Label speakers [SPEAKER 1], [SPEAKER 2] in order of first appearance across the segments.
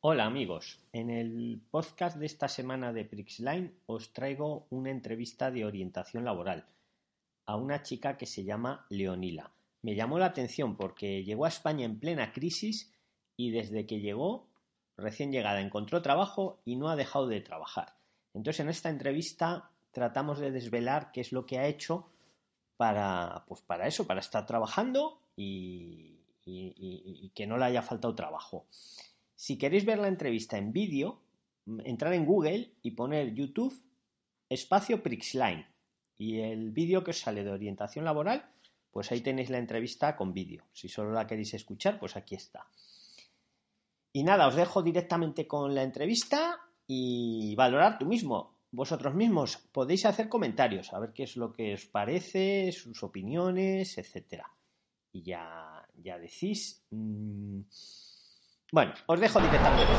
[SPEAKER 1] Hola amigos, en el podcast de esta semana de Prixline os traigo una entrevista de orientación laboral a una chica que se llama Leonila. Me llamó la atención porque llegó a España en plena crisis y desde que llegó recién llegada encontró trabajo y no ha dejado de trabajar. Entonces, en esta entrevista tratamos de desvelar qué es lo que ha hecho para, pues para eso, para estar trabajando y, y, y, y que no le haya faltado trabajo. Si queréis ver la entrevista en vídeo, entrar en Google y poner YouTube espacio Prixline y el vídeo que os sale de orientación laboral, pues ahí tenéis la entrevista con vídeo. Si solo la queréis escuchar, pues aquí está. Y nada, os dejo directamente con la entrevista y valorar tú mismo. Vosotros mismos podéis hacer comentarios, a ver qué es lo que os parece, sus opiniones, etcétera. Y ya, ya decís. Mmm... Bueno, os dejo directamente.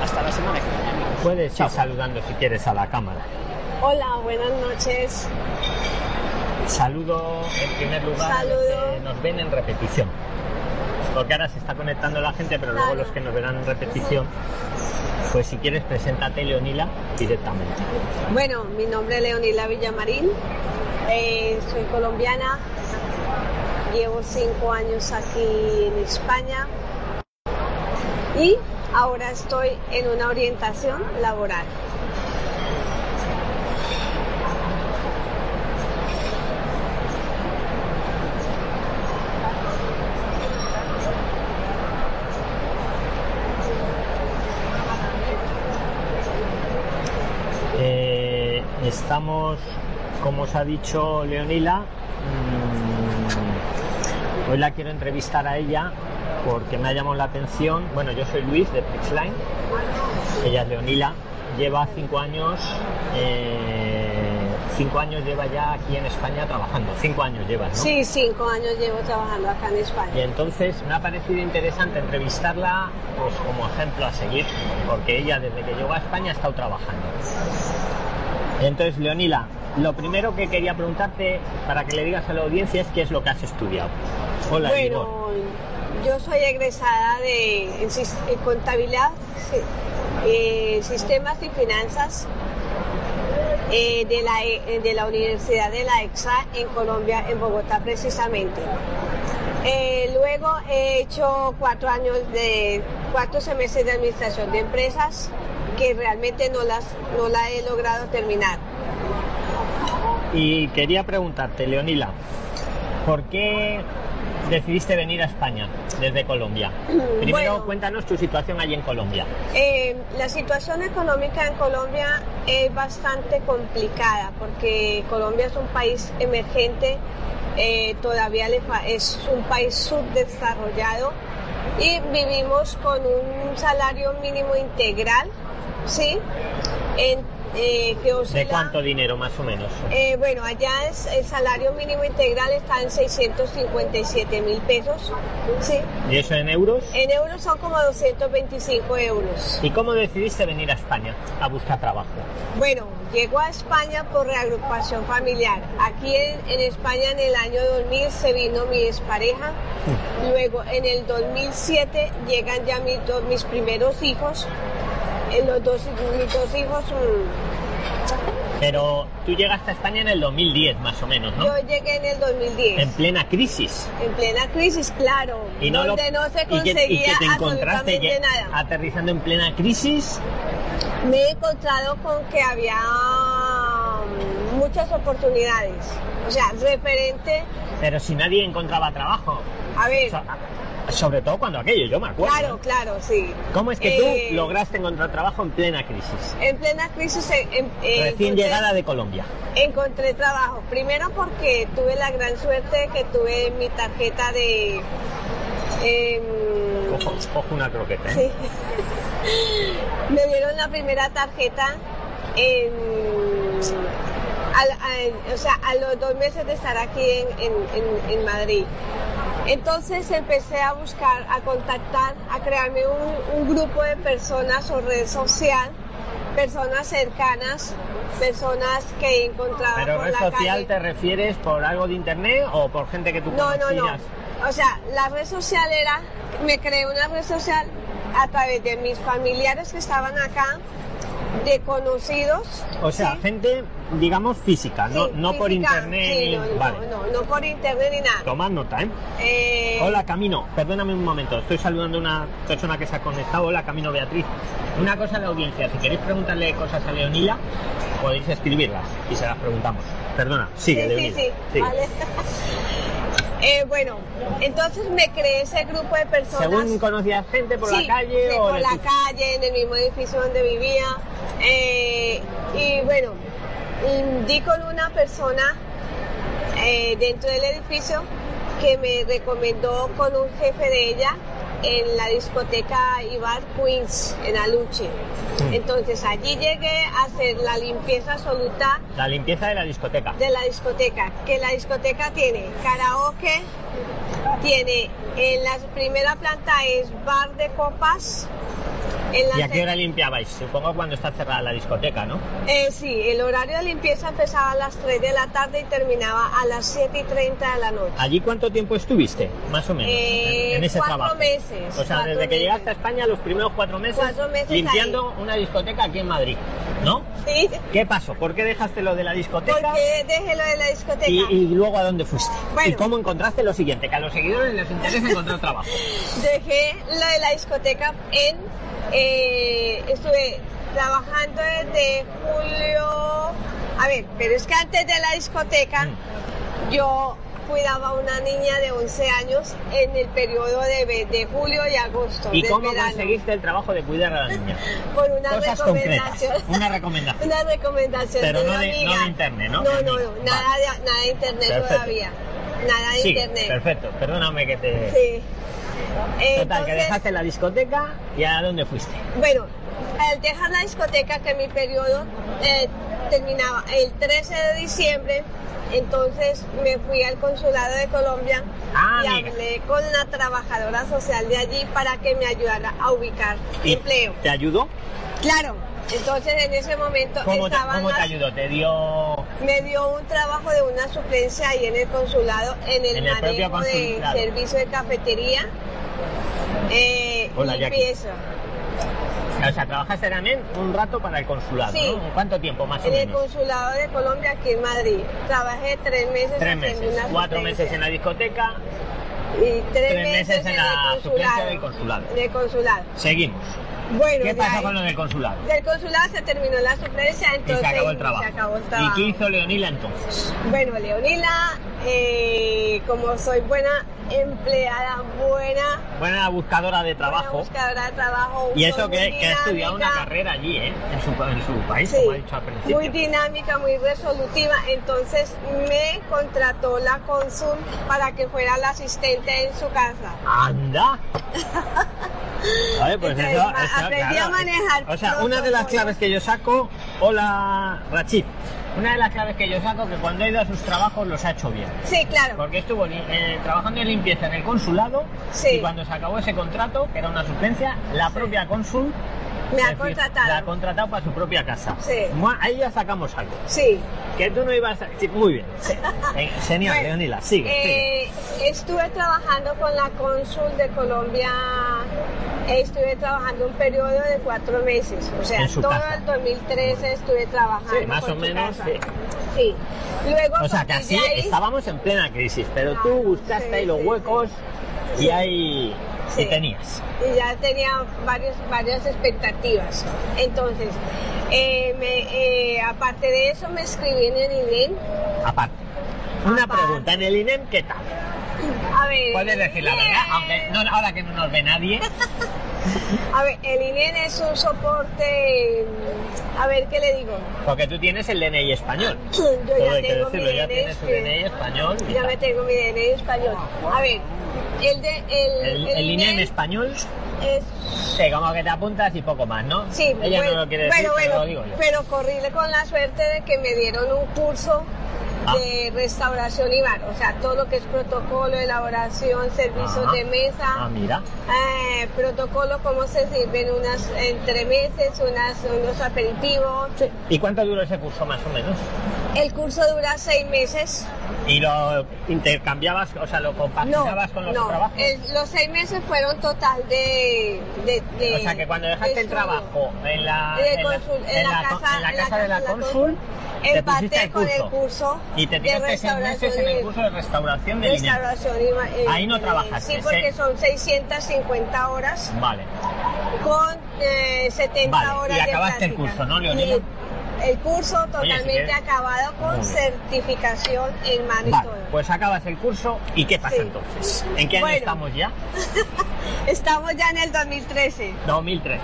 [SPEAKER 1] Hasta la semana que viene.
[SPEAKER 2] Puedes ir saludando si quieres a la cámara.
[SPEAKER 3] Hola, buenas noches.
[SPEAKER 2] Saludo en primer lugar.
[SPEAKER 3] Saludo.
[SPEAKER 2] eh, nos ven en repetición. Porque ahora se está conectando la gente, pero luego los que nos verán en repetición, pues si quieres, preséntate Leonila directamente.
[SPEAKER 3] Bueno, mi nombre es Leonila Villamarín, eh, soy colombiana, llevo cinco años aquí en España y ahora estoy en una orientación laboral.
[SPEAKER 2] Eh, estamos, como os ha dicho Leonila, mm, hoy la quiero entrevistar a ella porque me ha llamado la atención. Bueno, yo soy Luis de Prixline, ella es Leonila, lleva cinco años, eh, cinco años lleva ya aquí en España trabajando, cinco años lleva, ¿no?
[SPEAKER 3] Sí, cinco años llevo trabajando acá en
[SPEAKER 2] Y
[SPEAKER 3] España.
[SPEAKER 2] entonces me ha parecido interesante entrevistarla pues, como ejemplo a seguir, porque ella desde que llegó a España ha estado trabajando. Entonces, Leonila, lo primero que quería preguntarte para que le digas a la audiencia es qué es lo que has estudiado. Hola, Igor.
[SPEAKER 3] Bueno, yo soy egresada de en sis- en contabilidad, sí, eh, sistemas y finanzas eh, de, la, E- de la Universidad de la EXA en Colombia, en Bogotá precisamente. Eh, luego he hecho cuatro años de cuatro semestres de administración de empresas que realmente no las no la he logrado terminar.
[SPEAKER 2] Y quería preguntarte, Leonila, ¿por qué decidiste venir a España desde Colombia? Primero,
[SPEAKER 3] Bueno.
[SPEAKER 2] cuéntanos tu situación allí en Colombia.
[SPEAKER 3] Eh, la situación económica en Colombia es bastante complicada porque Colombia es un país emergente, eh, todavía le fa- es un país subdesarrollado y vivimos con un salario mínimo integral, ¿sí? En, eh, que
[SPEAKER 2] ¿De
[SPEAKER 3] oscila-
[SPEAKER 2] cuánto dinero, más o menos?
[SPEAKER 3] eh, bueno, allá es, el salario mínimo integral está en 657 mil pesos, ¿sí?
[SPEAKER 2] ¿Y eso en euros?
[SPEAKER 3] En euros son como 225 euros.
[SPEAKER 2] ¿Y cómo decidiste venir a España a buscar trabajo?
[SPEAKER 3] Bueno, llegó a España por reagrupación familiar. Aquí en, en España en el año 2000 se vino mi expareja. Luego en el 2007 llegan ya mis, dos- mis primeros hijos. Eh, Los dos, mis dos hijos, mm,
[SPEAKER 2] Pero tú llegaste a España en el 2010, más o menos, ¿no?
[SPEAKER 3] yo llegué en el 2010.
[SPEAKER 2] En plena crisis.
[SPEAKER 3] en plena crisis, claro,
[SPEAKER 2] lo-
[SPEAKER 3] donde no se
[SPEAKER 2] y que- y
[SPEAKER 3] conseguía
[SPEAKER 2] que te encontraste
[SPEAKER 3] absolutamente
[SPEAKER 2] ya
[SPEAKER 3] nada.
[SPEAKER 2] aterrizando en plena crisis.
[SPEAKER 3] me he encontrado con que había mm, muchas oportunidades. O sea, referente,
[SPEAKER 2] Pero si nadie encontraba trabajo.
[SPEAKER 3] a ver,
[SPEAKER 2] So- Sobre todo cuando aquello, yo me acuerdo.
[SPEAKER 3] claro, claro, sí.
[SPEAKER 2] ¿Cómo es que tú
[SPEAKER 3] Eh,
[SPEAKER 2] lograste encontrar trabajo en plena crisis?
[SPEAKER 3] En plena crisis eh, em- eh,
[SPEAKER 2] Recién
[SPEAKER 3] encontré-
[SPEAKER 2] llegada de Colombia.
[SPEAKER 3] encontré trabajo. Primero porque tuve la gran suerte de que tuve mi tarjeta de... em,
[SPEAKER 2] cojo, cojo una croqueta. ¿eh?
[SPEAKER 3] Sí. Me dieron la primera tarjeta en, al- al- o sea, a los dos meses de estar aquí en, en- en- en Madrid. Entonces empecé a buscar, a contactar, a crearme un, un grupo de personas o red social, personas cercanas, personas que encontraba
[SPEAKER 2] Pero
[SPEAKER 3] por
[SPEAKER 2] red
[SPEAKER 3] la
[SPEAKER 2] social
[SPEAKER 3] calle.
[SPEAKER 2] te refieres por algo de internet o por gente que tú
[SPEAKER 3] No, no, no.
[SPEAKER 2] conocías?
[SPEAKER 3] O sea, la red social era, me creé una red social a través de mis familiares que estaban acá, de conocidos.
[SPEAKER 2] O sea,
[SPEAKER 3] ¿sí?
[SPEAKER 2] gente, digamos, física, no,
[SPEAKER 3] Sí,
[SPEAKER 2] no por
[SPEAKER 3] física,
[SPEAKER 2] internet.
[SPEAKER 3] sí,
[SPEAKER 2] ni-
[SPEAKER 3] no, no,
[SPEAKER 2] vale.
[SPEAKER 3] no, no por internet ni nada.
[SPEAKER 2] Tomad nota, ¿eh?
[SPEAKER 3] Eh,
[SPEAKER 2] Hola Camino, perdóname un momento, estoy saludando a una persona que se ha conectado. Hola Camino Beatriz. Una cosa a la audiencia, si queréis preguntarle cosas a Leonila, podéis escribirlas y se las preguntamos. Perdona, sigue,
[SPEAKER 3] sí, sí,
[SPEAKER 2] Leonila.
[SPEAKER 3] sí,
[SPEAKER 2] sigue.
[SPEAKER 3] vale. Eh, bueno, entonces me creé ese grupo de personas.
[SPEAKER 2] Según conocías gente por
[SPEAKER 3] Sí,
[SPEAKER 2] la calle
[SPEAKER 3] sí,
[SPEAKER 2] o
[SPEAKER 3] por
[SPEAKER 2] de
[SPEAKER 3] la
[SPEAKER 2] tu-
[SPEAKER 3] calle, en el mismo edificio donde vivía. Eh, y bueno, y di con una persona eh, dentro del edificio que me recomendó con un jefe de ella en la discoteca Ibar Queens, en Aluche.
[SPEAKER 2] Mm.
[SPEAKER 3] Entonces allí llegué a hacer la limpieza absoluta
[SPEAKER 2] la limpieza de la discoteca.
[SPEAKER 3] de la discoteca, que la discoteca tiene karaoke, tiene en la primera planta es bar de copas. En la
[SPEAKER 2] ¿Y a qué
[SPEAKER 3] se-
[SPEAKER 2] hora limpiabais? Supongo cuando está cerrada la discoteca, ¿no?
[SPEAKER 3] Eh, sí, el horario de limpieza empezaba a las 3 de la tarde y terminaba a las 7 y 30 de la noche.
[SPEAKER 2] ¿Allí cuánto tiempo estuviste, más o menos,
[SPEAKER 3] Eh,
[SPEAKER 2] en- en ese
[SPEAKER 3] cuatro
[SPEAKER 2] trabajo?
[SPEAKER 3] meses,
[SPEAKER 2] O sea,
[SPEAKER 3] cuatro
[SPEAKER 2] desde que llegaste a
[SPEAKER 3] meses.
[SPEAKER 2] España, los primeros cuatro meses,
[SPEAKER 3] Cuatro meses
[SPEAKER 2] limpiando una discoteca aquí en Madrid, ¿no?
[SPEAKER 3] Sí,
[SPEAKER 2] ¿Qué pasó? ¿Por qué dejaste lo de la discoteca?
[SPEAKER 3] porque dejé lo de la discoteca.
[SPEAKER 2] Y, y luego a dónde fuiste.
[SPEAKER 3] Bueno.
[SPEAKER 2] ¿Y cómo encontraste lo siguiente? Que a los seguidores les interesa encontrar trabajo.
[SPEAKER 3] Dejé lo de la discoteca en. eh, estuve trabajando desde julio. A ver, pero es que antes de la discoteca.
[SPEAKER 2] Mm.
[SPEAKER 3] Yo cuidaba a una niña de 11 años en el periodo de, ve- de julio y agosto.
[SPEAKER 2] ¿Y
[SPEAKER 3] del
[SPEAKER 2] cómo
[SPEAKER 3] verano,
[SPEAKER 2] conseguiste el trabajo de cuidar a la niña?
[SPEAKER 3] Por una
[SPEAKER 2] Cosas concretas.
[SPEAKER 3] recomendación.
[SPEAKER 2] Una recomendación.
[SPEAKER 3] Una recomendación
[SPEAKER 2] Pero
[SPEAKER 3] de
[SPEAKER 2] no
[SPEAKER 3] una
[SPEAKER 2] de- no
[SPEAKER 3] amiga.
[SPEAKER 2] de internet, ¿no?
[SPEAKER 3] No,
[SPEAKER 2] De
[SPEAKER 3] no,
[SPEAKER 2] amiga.
[SPEAKER 3] no, nada, de, nada de internet
[SPEAKER 2] Perfecto.
[SPEAKER 3] todavía. Nada de
[SPEAKER 2] Sí,
[SPEAKER 3] internet.
[SPEAKER 2] perfecto. Perdóname que te...
[SPEAKER 3] Sí.
[SPEAKER 2] Total, que
[SPEAKER 3] Entonces,
[SPEAKER 2] dejaste la discoteca y a dónde fuiste.
[SPEAKER 3] Bueno, al dejar la discoteca, que mi periodo eh, terminaba el 13 de diciembre, entonces me fui al consulado de Colombia
[SPEAKER 2] Ah,
[SPEAKER 3] y
[SPEAKER 2] amiga.
[SPEAKER 3] hablé con la trabajadora social de allí para que me ayudara a ubicar
[SPEAKER 2] ¿Y
[SPEAKER 3] empleo.
[SPEAKER 2] ¿Te ayudó?
[SPEAKER 3] Claro, entonces en ese momento
[SPEAKER 2] ¿Cómo, te,
[SPEAKER 3] estaban
[SPEAKER 2] cómo te
[SPEAKER 3] las-
[SPEAKER 2] ayudó? ¿Te dio
[SPEAKER 3] me dio un trabajo de una suplencia ahí en el consulado, en el,
[SPEAKER 2] En el propio
[SPEAKER 3] manejo de
[SPEAKER 2] consulado.
[SPEAKER 3] servicio de cafetería. Eh,
[SPEAKER 2] Hola, Jackie.
[SPEAKER 3] limpieza.
[SPEAKER 2] O sea, trabajaste también un rato para el consulado,
[SPEAKER 3] Sí.
[SPEAKER 2] ¿no? ¿Cuánto tiempo más o
[SPEAKER 3] En el
[SPEAKER 2] menos?
[SPEAKER 3] consulado de Colombia aquí en Madrid. Trabajé tres meses.
[SPEAKER 2] Tres
[SPEAKER 3] haciendo
[SPEAKER 2] meses,
[SPEAKER 3] una
[SPEAKER 2] cuatro
[SPEAKER 3] suplencia.
[SPEAKER 2] meses en la discoteca.
[SPEAKER 3] Y tres,
[SPEAKER 2] tres meses
[SPEAKER 3] meses,
[SPEAKER 2] en
[SPEAKER 3] en
[SPEAKER 2] la
[SPEAKER 3] el
[SPEAKER 2] suplencia
[SPEAKER 3] consulado.
[SPEAKER 2] del consulado.
[SPEAKER 3] En el consulado.
[SPEAKER 2] Seguimos.
[SPEAKER 3] Bueno,
[SPEAKER 2] ¿Qué
[SPEAKER 3] de
[SPEAKER 2] pasó
[SPEAKER 3] ahí-
[SPEAKER 2] con lo del consulado?
[SPEAKER 3] del consulado se terminó la suplencia,
[SPEAKER 2] Y
[SPEAKER 3] entonces
[SPEAKER 2] se acabó el trabajo.
[SPEAKER 3] se acabó el trabajo.
[SPEAKER 2] ¿Y qué hizo Leonila entonces?
[SPEAKER 3] Bueno, Leonila, eh, como soy buena empleada, buena,
[SPEAKER 2] Bueno, era buscadora de
[SPEAKER 3] buena
[SPEAKER 2] trabajo.
[SPEAKER 3] buscadora de trabajo.
[SPEAKER 2] Y
[SPEAKER 3] soy
[SPEAKER 2] eso
[SPEAKER 3] muy
[SPEAKER 2] que, que ha estudiado una
[SPEAKER 3] dinámica.
[SPEAKER 2] carrera allí, ¿eh? En su, en su país,
[SPEAKER 3] Sí,
[SPEAKER 2] como ha dicho al principio.
[SPEAKER 3] muy dinámica, muy resolutiva. Entonces me contrató la cónsul para que fuera la asistente en su casa.
[SPEAKER 2] ¡Anda! Vale, pues
[SPEAKER 3] Entonces,
[SPEAKER 2] eso,
[SPEAKER 3] ma-
[SPEAKER 2] eso,
[SPEAKER 3] aprendí a manejar
[SPEAKER 2] O sea, una de las
[SPEAKER 3] protocolos.
[SPEAKER 2] claves que yo saco, hola Rachid, una de las claves que yo saco que cuando ha ido a sus trabajos los ha hecho bien.
[SPEAKER 3] Sí, claro.
[SPEAKER 2] Porque estuvo li- eh, trabajando en limpieza en el consulado
[SPEAKER 3] Sí.
[SPEAKER 2] y cuando se acabó ese contrato, que era una suplencia, la propia cónsul
[SPEAKER 3] Me ha
[SPEAKER 2] es decir, la ha
[SPEAKER 3] contratado.
[SPEAKER 2] contratado para su propia casa.
[SPEAKER 3] Sí.
[SPEAKER 2] Mua, Ahí ya sacamos algo.
[SPEAKER 3] Sí.
[SPEAKER 2] Que tú no ibas a... sí, muy bien. Sí. Eh, Genial,
[SPEAKER 3] Bueno,
[SPEAKER 2] Leonila, sigue. sigue.
[SPEAKER 3] Eh, estuve trabajando con la cónsul de Colombia. Estuve trabajando un periodo de cuatro meses, o sea,
[SPEAKER 2] En su
[SPEAKER 3] todo
[SPEAKER 2] casa.
[SPEAKER 3] el 2013 estuve trabajando.
[SPEAKER 2] Sí, más
[SPEAKER 3] por
[SPEAKER 2] o
[SPEAKER 3] su
[SPEAKER 2] menos,
[SPEAKER 3] pues casa.
[SPEAKER 2] sí.
[SPEAKER 3] Sí. Luego,
[SPEAKER 2] O sea,
[SPEAKER 3] a
[SPEAKER 2] que
[SPEAKER 3] partir
[SPEAKER 2] así
[SPEAKER 3] de ahí-
[SPEAKER 2] estábamos en plena crisis, pero
[SPEAKER 3] Ah,
[SPEAKER 2] tú buscaste
[SPEAKER 3] sí,
[SPEAKER 2] ahí los
[SPEAKER 3] sí,
[SPEAKER 2] huecos
[SPEAKER 3] sí.
[SPEAKER 2] y ahí y
[SPEAKER 3] Sí.
[SPEAKER 2] tenías.
[SPEAKER 3] y ya tenía varios, varias expectativas. Entonces, eh, me- eh, aparte de eso, me escribí en el E INEM.
[SPEAKER 2] Aparte, una
[SPEAKER 3] Aparte. Eh,
[SPEAKER 2] pregunta en el INEM, ¿qué tal?
[SPEAKER 3] A ver,
[SPEAKER 2] Puedes decir la
[SPEAKER 3] el
[SPEAKER 2] verdad,
[SPEAKER 3] INEM-
[SPEAKER 2] aunque no- ahora que no nos ve nadie.
[SPEAKER 3] A ver, el INEM es un soporte. mm, A ver, ¿qué le digo?
[SPEAKER 2] Porque tú tienes el DNI español.
[SPEAKER 3] Yo
[SPEAKER 2] Todo
[SPEAKER 3] ya
[SPEAKER 2] hay que
[SPEAKER 3] tengo mi
[SPEAKER 2] decirlo, ya
[SPEAKER 3] DNI,
[SPEAKER 2] tienes tu DNI español. y
[SPEAKER 3] Ya
[SPEAKER 2] tal.
[SPEAKER 3] me tengo mi DNI E español. A ver, El de el, E
[SPEAKER 2] El, el E INE en español,
[SPEAKER 3] es-
[SPEAKER 2] que como que te apuntas y poco más, ¿no?
[SPEAKER 3] sí,
[SPEAKER 2] Ella
[SPEAKER 3] bueno,
[SPEAKER 2] no lo quiere decir,
[SPEAKER 3] bueno,
[SPEAKER 2] pero
[SPEAKER 3] bueno,
[SPEAKER 2] lo digo yo.
[SPEAKER 3] pero corrí con la suerte de que me dieron un curso
[SPEAKER 2] Ah.
[SPEAKER 3] de restauración y bar, o sea, todo lo que es protocolo, elaboración, servicios
[SPEAKER 2] Ah,
[SPEAKER 3] de mesa.
[SPEAKER 2] Ah, mira.
[SPEAKER 3] eh, protocolo, cómo se sirven unas entremeses, unas, unos aperitivos.
[SPEAKER 2] ¿Y cuánto duró ese curso más o menos?
[SPEAKER 3] El curso dura seis meses.
[SPEAKER 2] ¿Y lo intercambiabas, o sea, lo compaginabas con los
[SPEAKER 3] no. eh,
[SPEAKER 2] trabajos?
[SPEAKER 3] El- los seis meses fueron total de... de- de-
[SPEAKER 2] O sea, que cuando dejaste
[SPEAKER 3] de
[SPEAKER 2] el
[SPEAKER 3] estudio.
[SPEAKER 2] trabajo en la,
[SPEAKER 3] De
[SPEAKER 2] en la-
[SPEAKER 3] cónsul,
[SPEAKER 2] Eh, en la co- en la casa de la cónsul, te pusiste
[SPEAKER 3] empaté
[SPEAKER 2] el
[SPEAKER 3] con el
[SPEAKER 2] curso.
[SPEAKER 3] curso
[SPEAKER 2] Y te
[SPEAKER 3] de
[SPEAKER 2] tiraste seis meses en el curso de restauración de INE.
[SPEAKER 3] restauración y ma- eh,
[SPEAKER 2] Ahí no
[SPEAKER 3] eh,
[SPEAKER 2] trabajaste,
[SPEAKER 3] Sí, porque
[SPEAKER 2] ¿sí?
[SPEAKER 3] son 650 horas.
[SPEAKER 2] Vale.
[SPEAKER 3] con eh, 70
[SPEAKER 2] Vale,
[SPEAKER 3] horas
[SPEAKER 2] y
[SPEAKER 3] de
[SPEAKER 2] acabaste el
[SPEAKER 3] práctica.
[SPEAKER 2] curso, ¿no, Leonela?
[SPEAKER 3] Y el curso totalmente
[SPEAKER 2] quieres-
[SPEAKER 3] acabado
[SPEAKER 2] Muy
[SPEAKER 3] con
[SPEAKER 2] bien.
[SPEAKER 3] certificación en mano y
[SPEAKER 2] Vale,
[SPEAKER 3] todo.
[SPEAKER 2] pues acabas el curso y ¿qué pasa
[SPEAKER 3] Sí.
[SPEAKER 2] entonces? ¿En qué año
[SPEAKER 3] Bueno.
[SPEAKER 2] estamos ya?
[SPEAKER 3] Estamos ya en el 2013.
[SPEAKER 2] 2013.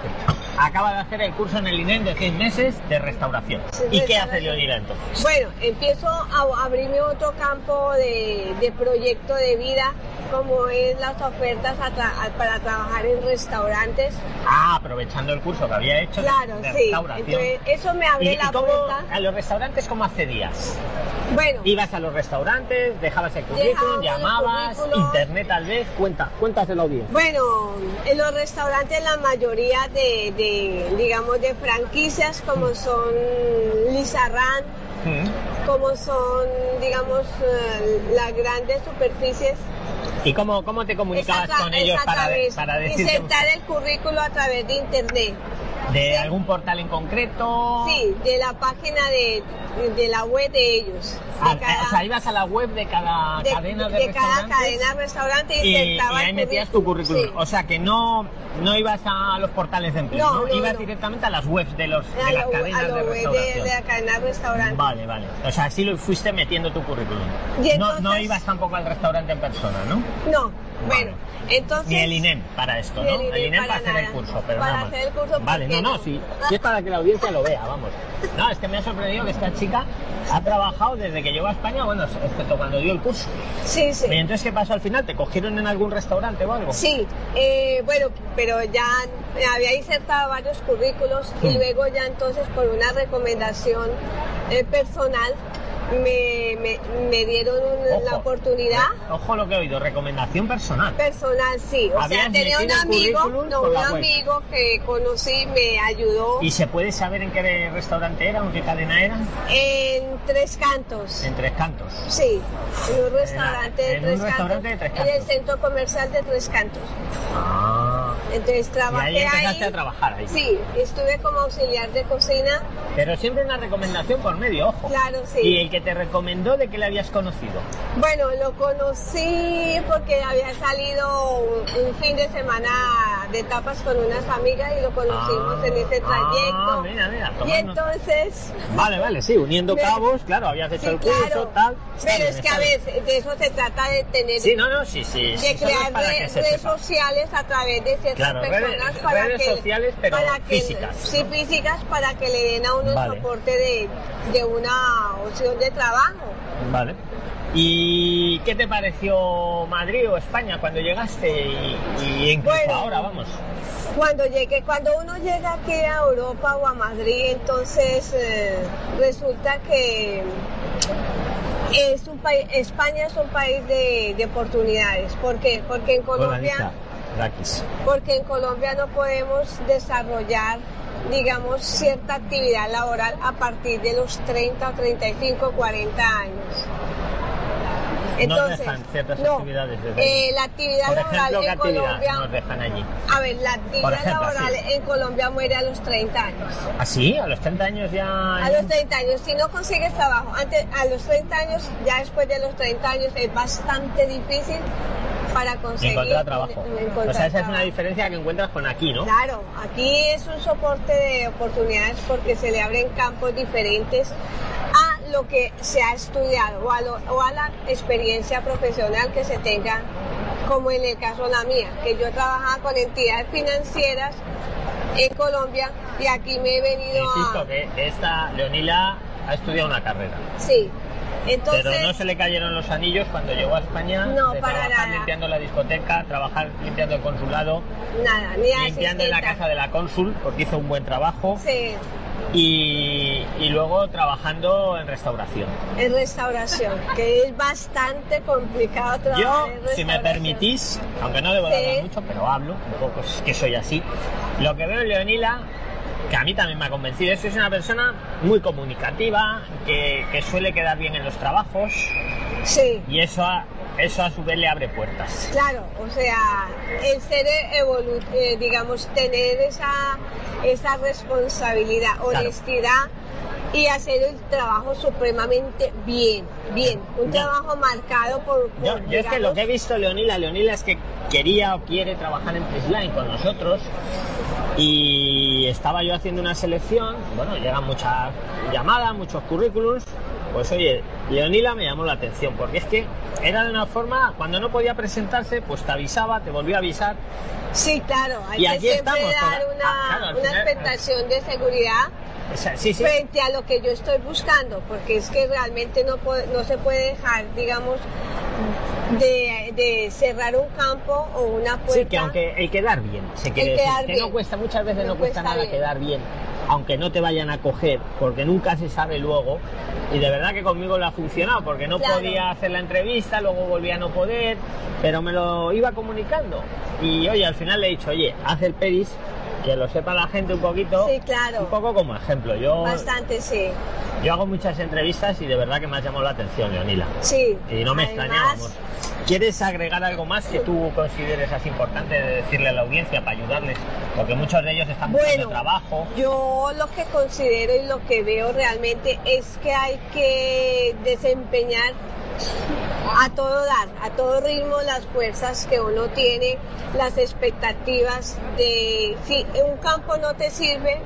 [SPEAKER 2] Acaba de hacer el curso en el INEN de seis meses de restauración.
[SPEAKER 3] Sí,
[SPEAKER 2] ¿Y qué
[SPEAKER 3] restauración.
[SPEAKER 2] hace Leonila entonces?
[SPEAKER 3] Bueno, empiezo a abrirme otro campo de, de proyecto de vida, como es las ofertas a tra- a- para trabajar en restaurantes.
[SPEAKER 2] Ah, aprovechando el curso que había hecho de-
[SPEAKER 3] Claro,
[SPEAKER 2] de
[SPEAKER 3] sí.
[SPEAKER 2] restauración.
[SPEAKER 3] Entonces, eso me
[SPEAKER 2] ¿Y,
[SPEAKER 3] abre
[SPEAKER 2] y
[SPEAKER 3] la
[SPEAKER 2] cómo-
[SPEAKER 3] puerta.
[SPEAKER 2] a los restaurantes cómo accedías?
[SPEAKER 3] Bueno,
[SPEAKER 2] Ibas a los restaurantes, dejabas el
[SPEAKER 3] Dejaba
[SPEAKER 2] currículum,
[SPEAKER 3] el
[SPEAKER 2] llamabas,
[SPEAKER 3] currículum.
[SPEAKER 2] internet tal vez. Cuenta, cuentas de la audiencia.
[SPEAKER 3] Bueno, en los restaurantes la mayoría de, de, digamos, de franquicias como son Lizarrán, como son, digamos, eh, las grandes superficies.
[SPEAKER 2] ¿Y cómo, cómo te
[SPEAKER 3] es a
[SPEAKER 2] comunicabas
[SPEAKER 3] tra-
[SPEAKER 2] con
[SPEAKER 3] es
[SPEAKER 2] ellos
[SPEAKER 3] a
[SPEAKER 2] para, de-
[SPEAKER 3] través-
[SPEAKER 2] para decirte
[SPEAKER 3] insertar el currículo a través de internet.
[SPEAKER 2] de algún portal en concreto?
[SPEAKER 3] Sí, de la página de, de la web de ellos. De
[SPEAKER 2] Ah,
[SPEAKER 3] cada-
[SPEAKER 2] o sea, ibas a la web de cada
[SPEAKER 3] de-
[SPEAKER 2] cadena de,
[SPEAKER 3] de cada
[SPEAKER 2] restaurantes
[SPEAKER 3] cadena restaurante
[SPEAKER 2] y, y
[SPEAKER 3] insertaba
[SPEAKER 2] ahí
[SPEAKER 3] el
[SPEAKER 2] metías tu currículum.
[SPEAKER 3] Sí.
[SPEAKER 2] O sea que no, no ibas a los portales de empleo,
[SPEAKER 3] No,
[SPEAKER 2] ¿no?
[SPEAKER 3] no,
[SPEAKER 2] ibas
[SPEAKER 3] no.
[SPEAKER 2] directamente a las webs de, los,
[SPEAKER 3] a
[SPEAKER 2] de las
[SPEAKER 3] la-
[SPEAKER 2] cadenas
[SPEAKER 3] a la
[SPEAKER 2] de
[SPEAKER 3] web de,
[SPEAKER 2] restauración.
[SPEAKER 3] de la cadena restaurante.
[SPEAKER 2] Vale, vale. O sea, así lo fuiste metiendo tu currículum.
[SPEAKER 3] Y
[SPEAKER 2] no, no
[SPEAKER 3] entonces-
[SPEAKER 2] ibas tampoco al restaurante en persona, ¿no?
[SPEAKER 3] No, bueno, entonces...
[SPEAKER 2] Ni el INEM para esto,
[SPEAKER 3] Ni
[SPEAKER 2] ¿no?
[SPEAKER 3] el INEM
[SPEAKER 2] para,
[SPEAKER 3] para
[SPEAKER 2] hacer el
[SPEAKER 3] nada.
[SPEAKER 2] curso, pero
[SPEAKER 3] Para
[SPEAKER 2] nada más.
[SPEAKER 3] hacer el curso, ¿por
[SPEAKER 2] Vale, no,
[SPEAKER 3] qué
[SPEAKER 2] no,
[SPEAKER 3] no?
[SPEAKER 2] sí. Sí es para que la audiencia lo vea, vamos. No, es que me ha sorprendido que esta chica ha trabajado desde que llegó a España, bueno, excepto cuando dio el curso.
[SPEAKER 3] Sí, sí.
[SPEAKER 2] ¿Y entonces qué pasó al final? ¿Te cogieron en algún restaurante o algo?
[SPEAKER 3] Sí, eh, bueno, pero ya había insertado varios currículos y
[SPEAKER 2] Mm.
[SPEAKER 3] luego ya entonces por una recomendación eh, personal me, me- me dieron un-
[SPEAKER 2] Ojo.
[SPEAKER 3] la oportunidad
[SPEAKER 2] Ojo lo que he oído, recomendación personal.
[SPEAKER 3] personal, sí. O sea,
[SPEAKER 2] Habías
[SPEAKER 3] tenía un
[SPEAKER 2] metido el
[SPEAKER 3] amigo,
[SPEAKER 2] currículum
[SPEAKER 3] no,
[SPEAKER 2] por
[SPEAKER 3] un
[SPEAKER 2] la web.
[SPEAKER 3] amigo que conocí, me ayudó
[SPEAKER 2] ¿Y se puede saber en qué restaurante era o en qué cadena era?
[SPEAKER 3] en Tres Cantos.
[SPEAKER 2] En Tres Cantos.
[SPEAKER 3] Sí, en un restaurante,
[SPEAKER 2] en
[SPEAKER 3] de,
[SPEAKER 2] un
[SPEAKER 3] tres
[SPEAKER 2] restaurante de Tres
[SPEAKER 3] en el
[SPEAKER 2] Cantos.
[SPEAKER 3] centro comercial de Tres Cantos.
[SPEAKER 2] Ah.
[SPEAKER 3] Entonces
[SPEAKER 2] Y
[SPEAKER 3] trabajé
[SPEAKER 2] ahí empezaste a trabajar ahí.
[SPEAKER 3] Sí, estuve como auxiliar de cocina,
[SPEAKER 2] Pero siempre una recomendación por medio, ojo.
[SPEAKER 3] claro, sí.
[SPEAKER 2] Y el que te recomendó de que le habías conocido.
[SPEAKER 3] Bueno, lo conocí porque había salido un, un fin de semana de tapas con unas amigas y lo conocimos
[SPEAKER 2] Ah,
[SPEAKER 3] en ese
[SPEAKER 2] ah,
[SPEAKER 3] trayecto.
[SPEAKER 2] mira, mira,
[SPEAKER 3] y
[SPEAKER 2] tomando.
[SPEAKER 3] entonces,
[SPEAKER 2] Vale, vale, sí, uniendo
[SPEAKER 3] Pero-
[SPEAKER 2] cabos, claro, habías hecho
[SPEAKER 3] sí,
[SPEAKER 2] el curso,
[SPEAKER 3] claro.
[SPEAKER 2] tal. Está
[SPEAKER 3] Pero
[SPEAKER 2] bien,
[SPEAKER 3] es que
[SPEAKER 2] está
[SPEAKER 3] a
[SPEAKER 2] bien.
[SPEAKER 3] veces de eso se trata de tener,
[SPEAKER 2] Sí, no, no, sí, sí. sí,
[SPEAKER 3] de
[SPEAKER 2] solo es
[SPEAKER 3] crear
[SPEAKER 2] para que
[SPEAKER 3] redes,
[SPEAKER 2] se
[SPEAKER 3] redes
[SPEAKER 2] sepa.
[SPEAKER 3] sociales a través de ciertas
[SPEAKER 2] Claro, redes-
[SPEAKER 3] personas para
[SPEAKER 2] redes
[SPEAKER 3] que,
[SPEAKER 2] sociales, pero
[SPEAKER 3] para que-
[SPEAKER 2] físicas,
[SPEAKER 3] sí,
[SPEAKER 2] ¿no?
[SPEAKER 3] físicas para que le den a uno
[SPEAKER 2] Vale.
[SPEAKER 3] el soporte de, de una opción de trabajo.
[SPEAKER 2] Vale. ¿Y qué te pareció Madrid o España cuando llegaste y, y incluso
[SPEAKER 3] Bueno.
[SPEAKER 2] ahora, vamos?
[SPEAKER 3] Cuando llegué, cuando uno llega aquí a Europa o a Madrid, entonces eh, resulta que es un país, España es un país de, de oportunidades. ¿Por qué? Porque en Colombia,
[SPEAKER 2] Raquis.
[SPEAKER 3] porque en Colombia no podemos desarrollar, digamos, cierta actividad laboral a partir de los 30, 35, 40 años.
[SPEAKER 2] dejan ciertas
[SPEAKER 3] no,
[SPEAKER 2] actividades desde-
[SPEAKER 3] eh, la actividad
[SPEAKER 2] Por
[SPEAKER 3] laboral
[SPEAKER 2] ejemplo, ¿qué
[SPEAKER 3] en
[SPEAKER 2] actividad
[SPEAKER 3] Colombia
[SPEAKER 2] nos dejan allí?
[SPEAKER 3] a ver, la actividad
[SPEAKER 2] Por ejemplo,
[SPEAKER 3] laboral
[SPEAKER 2] así.
[SPEAKER 3] en Colombia muere a los 30 años.
[SPEAKER 2] ¿Ah, sí? ¿A los 30 años ya...?
[SPEAKER 3] A los 30 años, si no consigues trabajo, antes, a los 30 años, ya después de los 30 años es bastante difícil para conseguir
[SPEAKER 2] Encontrar trabajo.
[SPEAKER 3] en- encontrar
[SPEAKER 2] o sea, esa es una
[SPEAKER 3] trabajo.
[SPEAKER 2] diferencia que encuentras con aquí, ¿no?
[SPEAKER 3] Claro, aquí es un soporte de oportunidades porque se le abren campos diferentes a lo que se ha estudiado o a, lo- o a la experiencia profesional que se tenga, como en el caso la mía, que yo trabajaba con entidades financieras en Colombia y aquí me he venido
[SPEAKER 2] Insisto
[SPEAKER 3] a...
[SPEAKER 2] que esta Leonila ha estudiado una carrera.
[SPEAKER 3] Sí, Entonces,
[SPEAKER 2] Pero no se le cayeron los anillos cuando llegó a España
[SPEAKER 3] No,
[SPEAKER 2] de
[SPEAKER 3] para
[SPEAKER 2] trabajar
[SPEAKER 3] nada.
[SPEAKER 2] limpiando la discoteca, trabajar limpiando el consulado,
[SPEAKER 3] nada, ni
[SPEAKER 2] limpiando en la
[SPEAKER 3] asistenta.
[SPEAKER 2] casa de la cónsul, porque hizo un buen trabajo,
[SPEAKER 3] Sí,
[SPEAKER 2] y, y luego trabajando en restauración.
[SPEAKER 3] en restauración, que es bastante complicado trabajar
[SPEAKER 2] Yo,
[SPEAKER 3] en
[SPEAKER 2] si me
[SPEAKER 3] restauración.
[SPEAKER 2] permitís, aunque no debo de
[SPEAKER 3] Sí.
[SPEAKER 2] hablar mucho, pero hablo un poco, es que soy así, lo que veo en Leonila, que a mí también me ha convencido, es que es una persona muy comunicativa, que, que suele quedar bien en los trabajos,
[SPEAKER 3] Sí,
[SPEAKER 2] y eso a, eso a su vez le abre puertas.
[SPEAKER 3] claro, o sea, el ser evolu eh, digamos, tener esa, esa responsabilidad, honestidad y hacer el trabajo supremamente bien, bien, un
[SPEAKER 2] Ya.
[SPEAKER 3] trabajo marcado por... por,
[SPEAKER 2] Yo, yo es que lo
[SPEAKER 3] digamos,
[SPEAKER 2] que he visto Leonila, Leonila es que quería o quiere trabajar en Prisline con nosotros y estaba yo haciendo una selección, bueno, llegan muchas llamadas, muchos currículums, pues oye, Leonila me llamó la atención porque es que era de una forma, cuando no podía presentarse, pues te avisaba, te volvía a avisar
[SPEAKER 3] Sí, claro, hay
[SPEAKER 2] Y
[SPEAKER 3] que
[SPEAKER 2] aquí
[SPEAKER 3] siempre
[SPEAKER 2] estamos,
[SPEAKER 3] dar
[SPEAKER 2] pero-
[SPEAKER 3] una,
[SPEAKER 2] ah, claro, al
[SPEAKER 3] una
[SPEAKER 2] final-
[SPEAKER 3] expectación de seguridad
[SPEAKER 2] O sea, sí, sí,
[SPEAKER 3] frente a lo que yo estoy buscando, porque es que realmente no, po- no se puede dejar, digamos, de, de cerrar un campo o una puerta.
[SPEAKER 2] sí, que aunque el quedar bien, se quiere
[SPEAKER 3] El
[SPEAKER 2] decir,
[SPEAKER 3] quedar
[SPEAKER 2] que no
[SPEAKER 3] bien.
[SPEAKER 2] cuesta, muchas veces
[SPEAKER 3] No
[SPEAKER 2] no, cuesta,
[SPEAKER 3] cuesta
[SPEAKER 2] nada
[SPEAKER 3] bien.
[SPEAKER 2] quedar bien, aunque no te vayan a coger, porque nunca se sabe luego, y de verdad que conmigo lo ha funcionado, porque no
[SPEAKER 3] Claro.
[SPEAKER 2] podía hacer la entrevista, luego volvía a no poder, pero me lo iba comunicando, y oye, al final le he dicho, oye, haz el peris, que lo sepa la gente un poquito,
[SPEAKER 3] Sí, claro.
[SPEAKER 2] un poco como ejemplo, yo,
[SPEAKER 3] Bastante, sí.
[SPEAKER 2] yo hago muchas entrevistas y de verdad que me ha llamado la atención, Leonila.
[SPEAKER 3] Sí.
[SPEAKER 2] Y no me
[SPEAKER 3] Además,
[SPEAKER 2] extrañamos. ¿Quieres agregar algo más que tú consideres así importante de decirle a la audiencia para ayudarles? Porque muchos de ellos están buscando
[SPEAKER 3] Bueno,
[SPEAKER 2] trabajo.
[SPEAKER 3] Yo lo que considero y lo que veo realmente es que hay que desempeñar a todo dar, a todo ritmo las fuerzas que uno tiene, las expectativas de si un campo no te sirve,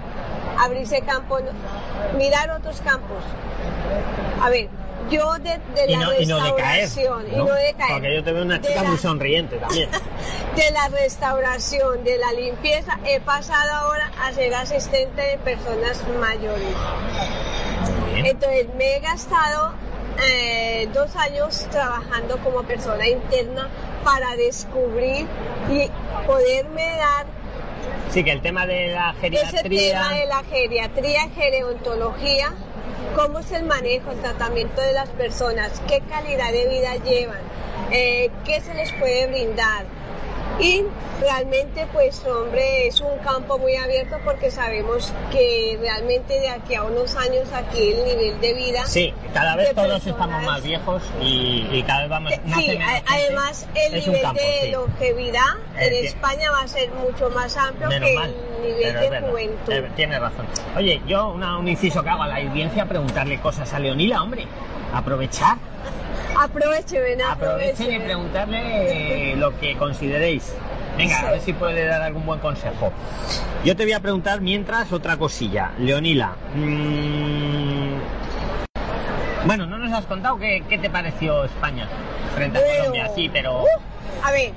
[SPEAKER 3] abrirse campo, no- mirar otros campos. A ver, yo de, de
[SPEAKER 2] Y
[SPEAKER 3] la
[SPEAKER 2] no, y no decaer.
[SPEAKER 3] restauración y
[SPEAKER 2] ¿no?
[SPEAKER 3] no de caer,
[SPEAKER 2] Porque yo te veo una
[SPEAKER 3] de
[SPEAKER 2] chica muy
[SPEAKER 3] la-
[SPEAKER 2] sonriente también.
[SPEAKER 3] de la restauración, de la limpieza, he pasado ahora a ser asistente de personas mayores.
[SPEAKER 2] Muy bien.
[SPEAKER 3] Entonces me he gastado eh, dos años trabajando como persona interna para descubrir y poderme dar
[SPEAKER 2] Sí, que el tema de la
[SPEAKER 3] ese tema de
[SPEAKER 2] geriatría.
[SPEAKER 3] la geriatría, gerontología, cómo es el manejo, el tratamiento de las personas, qué calidad de vida llevan, eh, qué se les puede brindar. Y realmente, pues hombre, es un campo muy abierto porque sabemos que realmente de aquí a unos años aquí el nivel de vida...
[SPEAKER 2] Sí, cada vez
[SPEAKER 3] de
[SPEAKER 2] todos
[SPEAKER 3] personas-
[SPEAKER 2] estamos más viejos y, y cada vez vamos. nace
[SPEAKER 3] Sí,
[SPEAKER 2] menos
[SPEAKER 3] a-
[SPEAKER 2] gente.
[SPEAKER 3] además el
[SPEAKER 2] Es un
[SPEAKER 3] nivel
[SPEAKER 2] campo,
[SPEAKER 3] de
[SPEAKER 2] sí.
[SPEAKER 3] longevidad
[SPEAKER 2] Eh,
[SPEAKER 3] en
[SPEAKER 2] que-
[SPEAKER 3] España va a ser mucho más amplio
[SPEAKER 2] Menos
[SPEAKER 3] que
[SPEAKER 2] mal.
[SPEAKER 3] el nivel
[SPEAKER 2] pero
[SPEAKER 3] de
[SPEAKER 2] es verdad.
[SPEAKER 3] juventud.
[SPEAKER 2] Eh, Tienes razón. Oye, yo una- un inciso que hago a la audiencia, preguntarle cosas a Leonila, hombre. Aprovechar.
[SPEAKER 3] Aprovechen, ven,
[SPEAKER 2] Aprovechen y preguntarle eh, lo que consideréis. Venga, a ver si puede dar algún buen consejo. Yo te voy a preguntar mientras otra cosilla. Leonila, mm, bueno, no nos has contado qué, qué te pareció España frente a
[SPEAKER 3] Bueno. Uh,
[SPEAKER 2] Colombia, sí, pero...
[SPEAKER 3] A ver,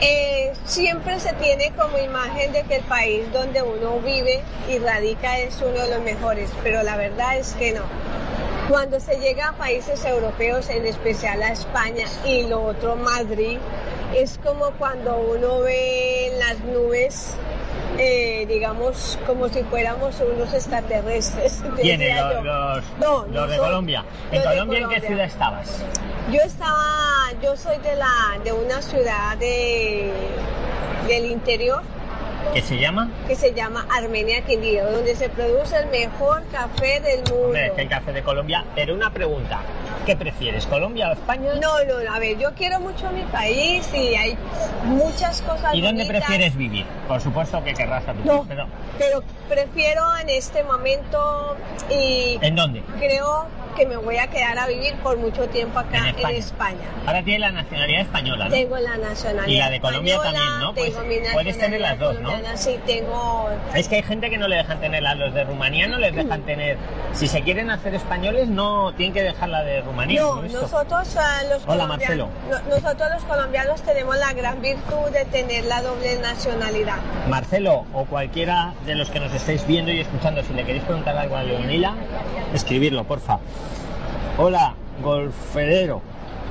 [SPEAKER 3] eh, siempre se tiene como imagen de que el país donde uno vive y radica es uno de los mejores, pero la verdad es que no. Cuando se llega a países europeos, en especial a España y lo otro Madrid, es como cuando uno ve en las nubes, eh, digamos, como si fuéramos unos extraterrestres.
[SPEAKER 2] ¿Quiénes?
[SPEAKER 3] decía
[SPEAKER 2] Los,
[SPEAKER 3] yo.
[SPEAKER 2] los,
[SPEAKER 3] No, no
[SPEAKER 2] los de
[SPEAKER 3] soy-
[SPEAKER 2] Colombia. ¿En
[SPEAKER 3] los de
[SPEAKER 2] Colombia en qué
[SPEAKER 3] Colombia.
[SPEAKER 2] ciudad estabas?
[SPEAKER 3] Yo estaba, yo soy de la, de una ciudad de, del interior
[SPEAKER 2] ¿Qué se llama?
[SPEAKER 3] que se llama Armenia Quindío, donde se produce el mejor café del mundo.
[SPEAKER 2] Hombre, es que el café de Colombia. Pero una pregunta, ¿qué prefieres, Colombia o España?
[SPEAKER 3] No, no, no, a ver, yo quiero mucho mi país y hay muchas cosas.
[SPEAKER 2] ¿Y dónde
[SPEAKER 3] bonitas.
[SPEAKER 2] prefieres vivir? Por supuesto que querrás a tu
[SPEAKER 3] No,
[SPEAKER 2] pero
[SPEAKER 3] pero prefiero en este momento y
[SPEAKER 2] ¿En dónde?
[SPEAKER 3] creo que me voy a quedar a vivir por mucho tiempo acá
[SPEAKER 2] En España.
[SPEAKER 3] En España.
[SPEAKER 2] Ahora tienes la nacionalidad española, ¿no?
[SPEAKER 3] Tengo la nacionalidad.
[SPEAKER 2] Y la de Colombia
[SPEAKER 3] española,
[SPEAKER 2] también, ¿no? Pues,
[SPEAKER 3] Tengo mi
[SPEAKER 2] puedes tener las
[SPEAKER 3] nacionalidad
[SPEAKER 2] dos, ¿no?
[SPEAKER 3] colombiana, Sí, tengo.
[SPEAKER 2] Es que hay gente que no le dejan tener a los de Rumanía, no les
[SPEAKER 3] Mm.
[SPEAKER 2] dejan tener. Si se quieren hacer españoles, no tienen que dejar la de Rumanía.
[SPEAKER 3] No,
[SPEAKER 2] por esto.
[SPEAKER 3] nosotros ah, los
[SPEAKER 2] Hola,
[SPEAKER 3] colombianos. no- nosotros los colombianos tenemos la gran virtud de tener la doble nacionalidad.
[SPEAKER 2] Marcelo o cualquiera de los que nos estáis viendo y escuchando, si le queréis preguntar algo a Leonila, escribirlo, porfa. Hola, Golfedero.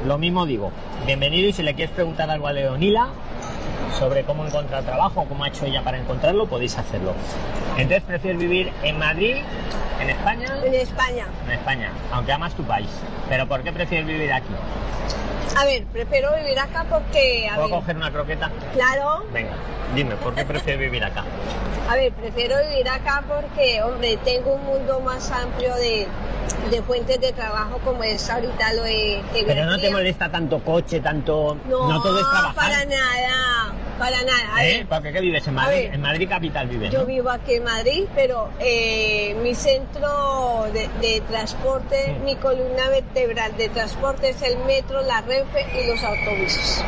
[SPEAKER 2] Lo mismo digo. Bienvenido y si le quieres preguntar algo a Leonila sobre cómo encontrar trabajo o cómo ha hecho ella para encontrarlo, podéis hacerlo. Entonces, ¿prefieres vivir en Madrid, en España?
[SPEAKER 3] En España.
[SPEAKER 2] En España, aunque amas tu país. ¿Pero por qué prefieres vivir aquí?
[SPEAKER 3] A ver, prefiero vivir acá porque. A
[SPEAKER 2] ¿Puedo
[SPEAKER 3] ver,
[SPEAKER 2] coger una croqueta?
[SPEAKER 3] Claro.
[SPEAKER 2] Venga, dime, ¿por qué prefieres vivir acá?
[SPEAKER 3] A ver, prefiero vivir acá porque, hombre, tengo un mundo más amplio de, de fuentes de trabajo como es ahorita lo de
[SPEAKER 2] Pero no te
[SPEAKER 3] geografía.
[SPEAKER 2] molesta tanto coche, tanto...
[SPEAKER 3] No,
[SPEAKER 2] todo es trabajar.
[SPEAKER 3] para nada, para nada. A ver,
[SPEAKER 2] ¿Eh? ¿Por qué, qué vives en
[SPEAKER 3] A
[SPEAKER 2] Madrid?
[SPEAKER 3] ver.
[SPEAKER 2] En Madrid capital vives,
[SPEAKER 3] Yo
[SPEAKER 2] ¿no?
[SPEAKER 3] vivo aquí en Madrid, pero eh, mi centro de, de transporte,
[SPEAKER 2] Sí.
[SPEAKER 3] mi columna vertebral de transporte es el metro, la renfe y los autobuses.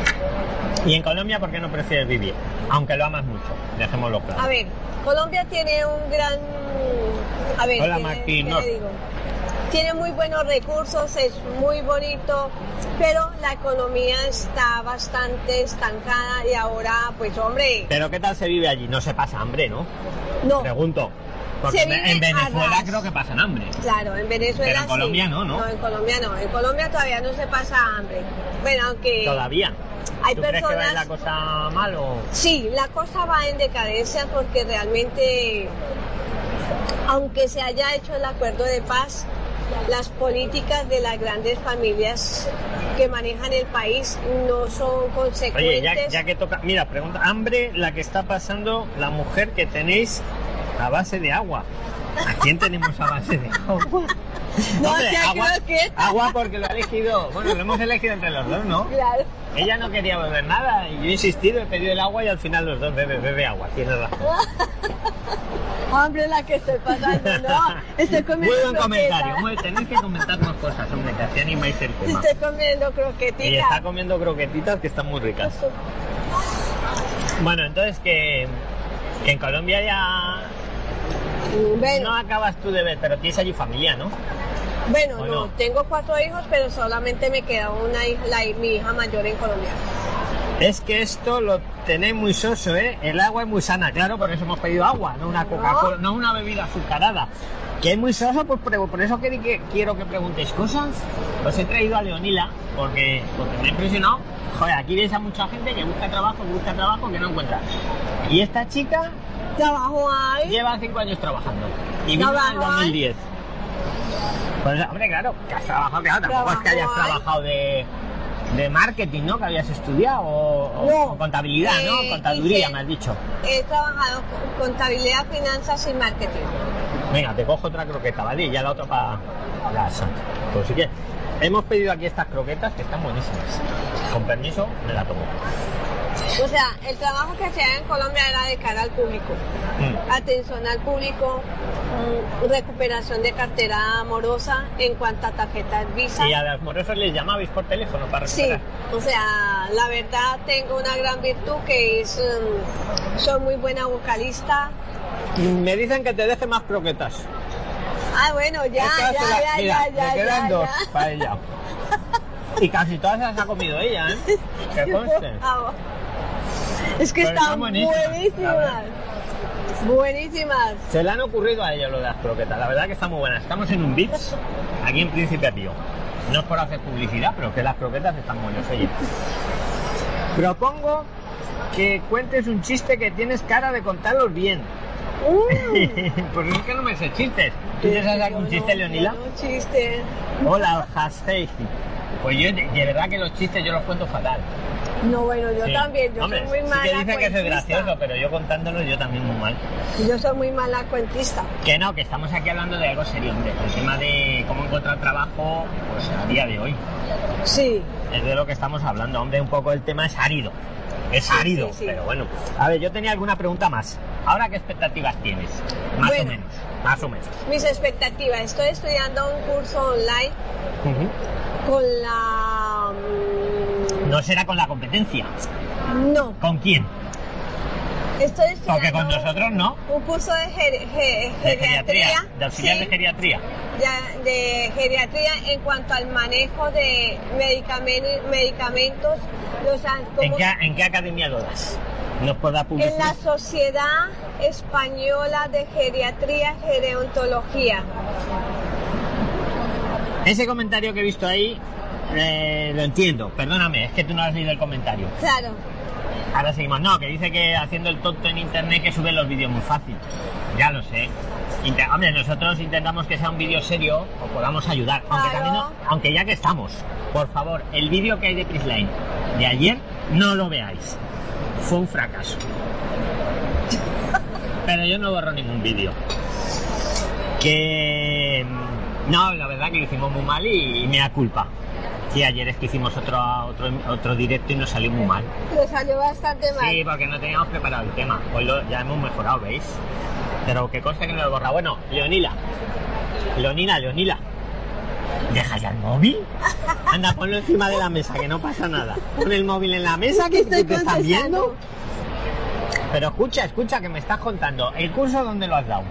[SPEAKER 2] ¿Y en Colombia por qué no prefieres vivir? Aunque lo amas mucho, dejémoslo claro.
[SPEAKER 3] A ver, Colombia tiene un gran... A ver,
[SPEAKER 2] Hola,
[SPEAKER 3] tiene-
[SPEAKER 2] Martín,
[SPEAKER 3] ¿qué
[SPEAKER 2] no.
[SPEAKER 3] le digo? Tiene muy buenos recursos, es muy bonito, pero la economía está bastante estancada y ahora, pues hombre,
[SPEAKER 2] Pero ¿qué tal se vive allí? No se pasa hambre, ¿no?
[SPEAKER 3] no.
[SPEAKER 2] Pregunto. Porque
[SPEAKER 3] Se
[SPEAKER 2] en-
[SPEAKER 3] vive
[SPEAKER 2] en
[SPEAKER 3] a
[SPEAKER 2] Venezuela
[SPEAKER 3] ras.
[SPEAKER 2] creo que pasan hambre.
[SPEAKER 3] Claro, en Venezuela
[SPEAKER 2] Pero en
[SPEAKER 3] sí.
[SPEAKER 2] Colombia no, ¿no?
[SPEAKER 3] No, en Colombia no. En Colombia todavía no se pasa hambre. Bueno, aunque...
[SPEAKER 2] Todavía.
[SPEAKER 3] Hay
[SPEAKER 2] ¿Tú crees que va
[SPEAKER 3] personas-
[SPEAKER 2] la cosa mal o...?
[SPEAKER 3] Sí, la cosa va en decadencia porque realmente, aunque se haya hecho el acuerdo de paz, las políticas de las grandes familias que manejan el país no son
[SPEAKER 2] Oye,
[SPEAKER 3] consecuentes.
[SPEAKER 2] ya, ya que toca... Mira, pregunta. Hambre la que está pasando la mujer que tenéis a base de agua. ¿A quién tenemos a base de agua?
[SPEAKER 3] No
[SPEAKER 2] Hombre,
[SPEAKER 3] sé,
[SPEAKER 2] agua,
[SPEAKER 3] creo que-
[SPEAKER 2] agua porque lo ha elegido... Bueno, lo hemos elegido entre los dos, ¿no?
[SPEAKER 3] Claro.
[SPEAKER 2] Ella no quería beber nada y yo he insistido, he pedido el agua y al final los dos bebe, bebe agua, tienes razón.
[SPEAKER 3] Hambre la que estoy pasando, no. Estoy
[SPEAKER 2] Muy
[SPEAKER 3] comiendo
[SPEAKER 2] buen
[SPEAKER 3] croqueta.
[SPEAKER 2] comentario, muy- tenéis que comentar más cosas, hombre, que así animáis el tema.
[SPEAKER 3] Estoy comiendo croquetitas.
[SPEAKER 2] Y está comiendo croquetitas que están muy ricas. Bueno, entonces que, que en Colombia ya
[SPEAKER 3] Bueno,
[SPEAKER 2] no acabas tú de ver, pero tienes allí familia, ¿no?
[SPEAKER 3] bueno,
[SPEAKER 2] ¿O
[SPEAKER 3] no,
[SPEAKER 2] no?
[SPEAKER 3] tengo cuatro hijos, pero solamente me queda una hija, la- mi hija mayor en Colombia.
[SPEAKER 2] Es que esto lo tenéis muy soso, ¿eh? El agua es muy sana, claro, por eso hemos pedido agua, no una Coca-Cola, no, una bebida azucarada. Que es muy soso, pues por, por eso que, que quiero que preguntéis cosas. Os he traído a Leonila, porque, porque me ha impresionado. Joder, aquí veis a mucha gente que busca trabajo, que busca trabajo, que no encuentra. Y esta chica
[SPEAKER 3] Trabajo ahí.
[SPEAKER 2] lleva cinco años trabajando. Y vino en el
[SPEAKER 3] Trabajo, ¿eh?
[SPEAKER 2] 2010. Pues, hombre, claro, que has trabajado, claro, tampoco es que hayas
[SPEAKER 3] Trabajo, ¿eh?
[SPEAKER 2] trabajado de, de marketing, ¿no? Que habías estudiado, o, o
[SPEAKER 3] No.
[SPEAKER 2] contabilidad, ¿no?
[SPEAKER 3] Eh,
[SPEAKER 2] Contaduría,
[SPEAKER 3] hice-
[SPEAKER 2] me has dicho.
[SPEAKER 3] He trabajado con contabilidad, finanzas y marketing.
[SPEAKER 2] Venga, te cojo otra croqueta, ¿vale? Y ya la otra para la santa. Pues sí que hemos pedido aquí estas croquetas que están buenísimas. Con permiso, me la tomo.
[SPEAKER 3] O sea, el trabajo que hacía en Colombia era de cara al público.
[SPEAKER 2] Mm.
[SPEAKER 3] Atención al público, mm, recuperación de cartera amorosa en cuanto a tarjetas Visa.
[SPEAKER 2] Y a los morosos les llamabais por teléfono para
[SPEAKER 3] Sí,
[SPEAKER 2] recuperar.
[SPEAKER 3] o sea, la verdad tengo una gran virtud que es, mm, soy muy buena vocalista.
[SPEAKER 2] Me dicen que te deje más croquetas.
[SPEAKER 3] Ah, bueno, ya,
[SPEAKER 2] Estas
[SPEAKER 3] ya,
[SPEAKER 2] te la-
[SPEAKER 3] ya,
[SPEAKER 2] mira,
[SPEAKER 3] ya, ya,
[SPEAKER 2] me quedan
[SPEAKER 3] ya,
[SPEAKER 2] dos
[SPEAKER 3] ya.
[SPEAKER 2] para ella. Y casi todas las ha comido ella, ¿eh? Que conste.
[SPEAKER 3] Por favor. Es que
[SPEAKER 2] Pero
[SPEAKER 3] están
[SPEAKER 2] están buenísimas, la
[SPEAKER 3] buenísimas. Buenísimas.
[SPEAKER 2] Se le han ocurrido a ella lo de las croquetas. La verdad que está muy buena. Estamos en un beach, aquí en Príncipe Pío. No es por hacer publicidad, pero que las croquetas están buenas, oye. Propongo que cuentes un chiste que tienes cara de contarlos bien.
[SPEAKER 3] Mm.
[SPEAKER 2] pues es que no me sé chistes. ¿Tú ya sabes algún
[SPEAKER 3] Yo
[SPEAKER 2] chiste,
[SPEAKER 3] no,
[SPEAKER 2] Leonila?
[SPEAKER 3] yo no, chiste.
[SPEAKER 2] Hola, Hasei. Pues yo, de de verdad que los chistes yo los cuento fatal.
[SPEAKER 3] No, bueno, yo
[SPEAKER 2] Sí.
[SPEAKER 3] también. Yo
[SPEAKER 2] Hombre,
[SPEAKER 3] soy muy
[SPEAKER 2] sí
[SPEAKER 3] mala
[SPEAKER 2] que dicen que soy
[SPEAKER 3] cuentista.
[SPEAKER 2] gracioso, pero yo contándolo yo también muy mal.
[SPEAKER 3] Yo soy muy mala cuentista.
[SPEAKER 2] Que no, que estamos aquí hablando de algo serio, hombre. El tema de cómo encontrar trabajo, pues a día de hoy.
[SPEAKER 3] Sí.
[SPEAKER 2] Es de lo que estamos hablando, hombre. Un poco el tema es árido. Es
[SPEAKER 3] Sí,
[SPEAKER 2] árido,
[SPEAKER 3] sí, sí.
[SPEAKER 2] pero bueno. A ver, yo tenía alguna pregunta más. ¿Ahora qué expectativas tienes? Más o
[SPEAKER 3] Bueno.
[SPEAKER 2] menos, más o menos.
[SPEAKER 3] Mis expectativas. Estoy estudiando un curso online con la... mm,
[SPEAKER 2] No será con la competencia.
[SPEAKER 3] No.
[SPEAKER 2] ¿Con quién?
[SPEAKER 3] Estoy estudiando...
[SPEAKER 2] Porque con nosotros no.
[SPEAKER 3] Un curso de, ger- ge-
[SPEAKER 2] De geriatría,
[SPEAKER 3] geriatría.
[SPEAKER 2] de auxiliar
[SPEAKER 3] Sí.
[SPEAKER 2] de geriatría.
[SPEAKER 3] ya de geriatría en cuanto al manejo de medicamen- medicamentos, los an-
[SPEAKER 2] ¿En
[SPEAKER 3] como-
[SPEAKER 2] qué, ¿En qué academia lo das? ¿Nos puede dar publicidad?
[SPEAKER 3] en la Sociedad Española de Geriatría Gerontología.
[SPEAKER 2] Ese comentario que he visto ahí eh, lo entiendo, perdóname, es que tú no has leído el comentario.
[SPEAKER 3] Claro.
[SPEAKER 2] Ahora seguimos, no, que dice que haciendo el tonto en internet que sube los vídeos muy fácil. Ya lo sé. Inte- hombre, nosotros intentamos que sea un vídeo serio o podamos ayudar. Aunque,
[SPEAKER 3] Claro.
[SPEAKER 2] también no- aunque ya que estamos, por favor, el vídeo que hay de Prisline de ayer no lo veáis. Fue un fracaso. Pero yo no borro ningún vídeo. Que. mm, No, la verdad que lo hicimos muy mal y, y me da culpa. Sí, ayer es que hicimos otro, otro, otro directo y nos salió muy mal.
[SPEAKER 3] Lo salió bastante mal.
[SPEAKER 2] Sí, porque no teníamos preparado el tema. Hoy lo- ya hemos mejorado, ¿veis? Pero que conste que no lo he borrado. Bueno, Leonila. Leonila, Leonila. Deja ya el móvil. Anda, ponlo encima de la mesa, que no pasa nada. Pon el móvil en la mesa, que
[SPEAKER 3] Estoy
[SPEAKER 2] te estás viendo.
[SPEAKER 3] contestando.
[SPEAKER 2] Pero escucha, escucha, que me estás contando. ¿El curso dónde lo has dado?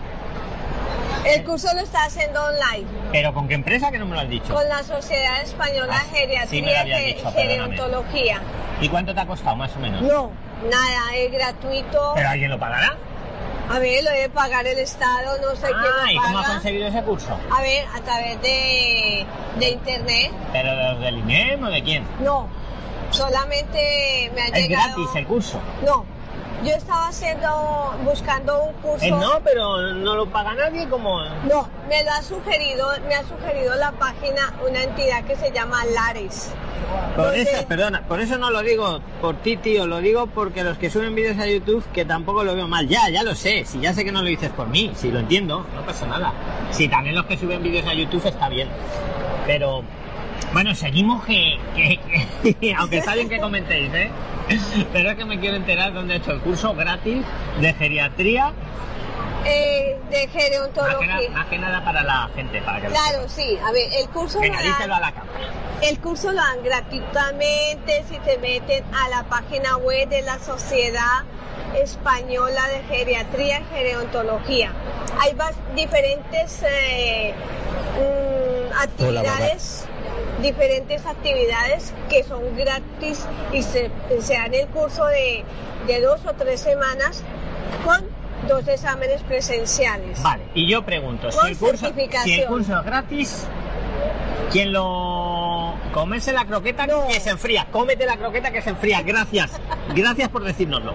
[SPEAKER 3] El curso lo está haciendo online
[SPEAKER 2] ¿Pero con qué empresa que no me lo has dicho?
[SPEAKER 3] con la Sociedad Española
[SPEAKER 2] Ah, sí me lo
[SPEAKER 3] Geriatría
[SPEAKER 2] habías
[SPEAKER 3] de
[SPEAKER 2] dicho, perdóname.
[SPEAKER 3] Gerontología.
[SPEAKER 2] ¿Y cuánto te ha costado, más o menos?
[SPEAKER 3] No, nada, es gratuito.
[SPEAKER 2] ¿Pero alguien lo pagará?
[SPEAKER 3] A ver, lo debe pagar el Estado, no sé
[SPEAKER 2] ah, ¿y
[SPEAKER 3] quién lo
[SPEAKER 2] cómo ha
[SPEAKER 3] paga.
[SPEAKER 2] conseguido ese curso?
[SPEAKER 3] A ver, a través de, de internet.
[SPEAKER 2] ¿Pero de los del INEM o de quién?
[SPEAKER 3] No, solamente me ha
[SPEAKER 2] Es
[SPEAKER 3] llegado.
[SPEAKER 2] gratis el curso.
[SPEAKER 3] No, yo estaba haciendo, buscando un curso.
[SPEAKER 2] Eh, no, pero no lo paga nadie como...
[SPEAKER 3] No, me lo ha sugerido, me ha sugerido la página una entidad que se llama Lares.
[SPEAKER 2] Por
[SPEAKER 3] Porque-
[SPEAKER 2] eso, perdona, por eso no lo digo por ti, tío, lo digo porque los que suben vídeos a YouTube, que tampoco lo veo mal, ya, ya lo sé, si ya sé que no lo dices por mí, si lo entiendo, no pasa nada. Si también los que suben vídeos a YouTube está bien, pero bueno, seguimos que, que- que- aunque está bien que comentéis, ¿eh? Pero es que me quiero enterar dónde he hecho el curso gratis de geriatría,
[SPEAKER 3] Eh,
[SPEAKER 2] más Ah,
[SPEAKER 3] de
[SPEAKER 2] que, na-
[SPEAKER 3] gerontología.
[SPEAKER 2] más que nada para la gente, para que lo
[SPEAKER 3] Claro, sí. A ver, el curso,
[SPEAKER 2] sepa. Venga,
[SPEAKER 3] lo
[SPEAKER 2] díselo a
[SPEAKER 3] dan,
[SPEAKER 2] la cámara.
[SPEAKER 3] el curso lo dan gratuitamente si se meten a la página web de la Sociedad Española de Geriatría y Gerontología. Hay vas- diferentes eh, mm, actividades, diferentes actividades que son gratis y se, se dan el curso de, de dos o tres semanas con dos exámenes presenciales.
[SPEAKER 2] Vale, y yo pregunto, si
[SPEAKER 3] Con
[SPEAKER 2] el, curso,
[SPEAKER 3] certificación.
[SPEAKER 2] si el curso es gratis, quien lo comerse la croqueta
[SPEAKER 3] No.
[SPEAKER 2] que se enfría, cómete la croqueta que se enfría, gracias, gracias por decírnoslo.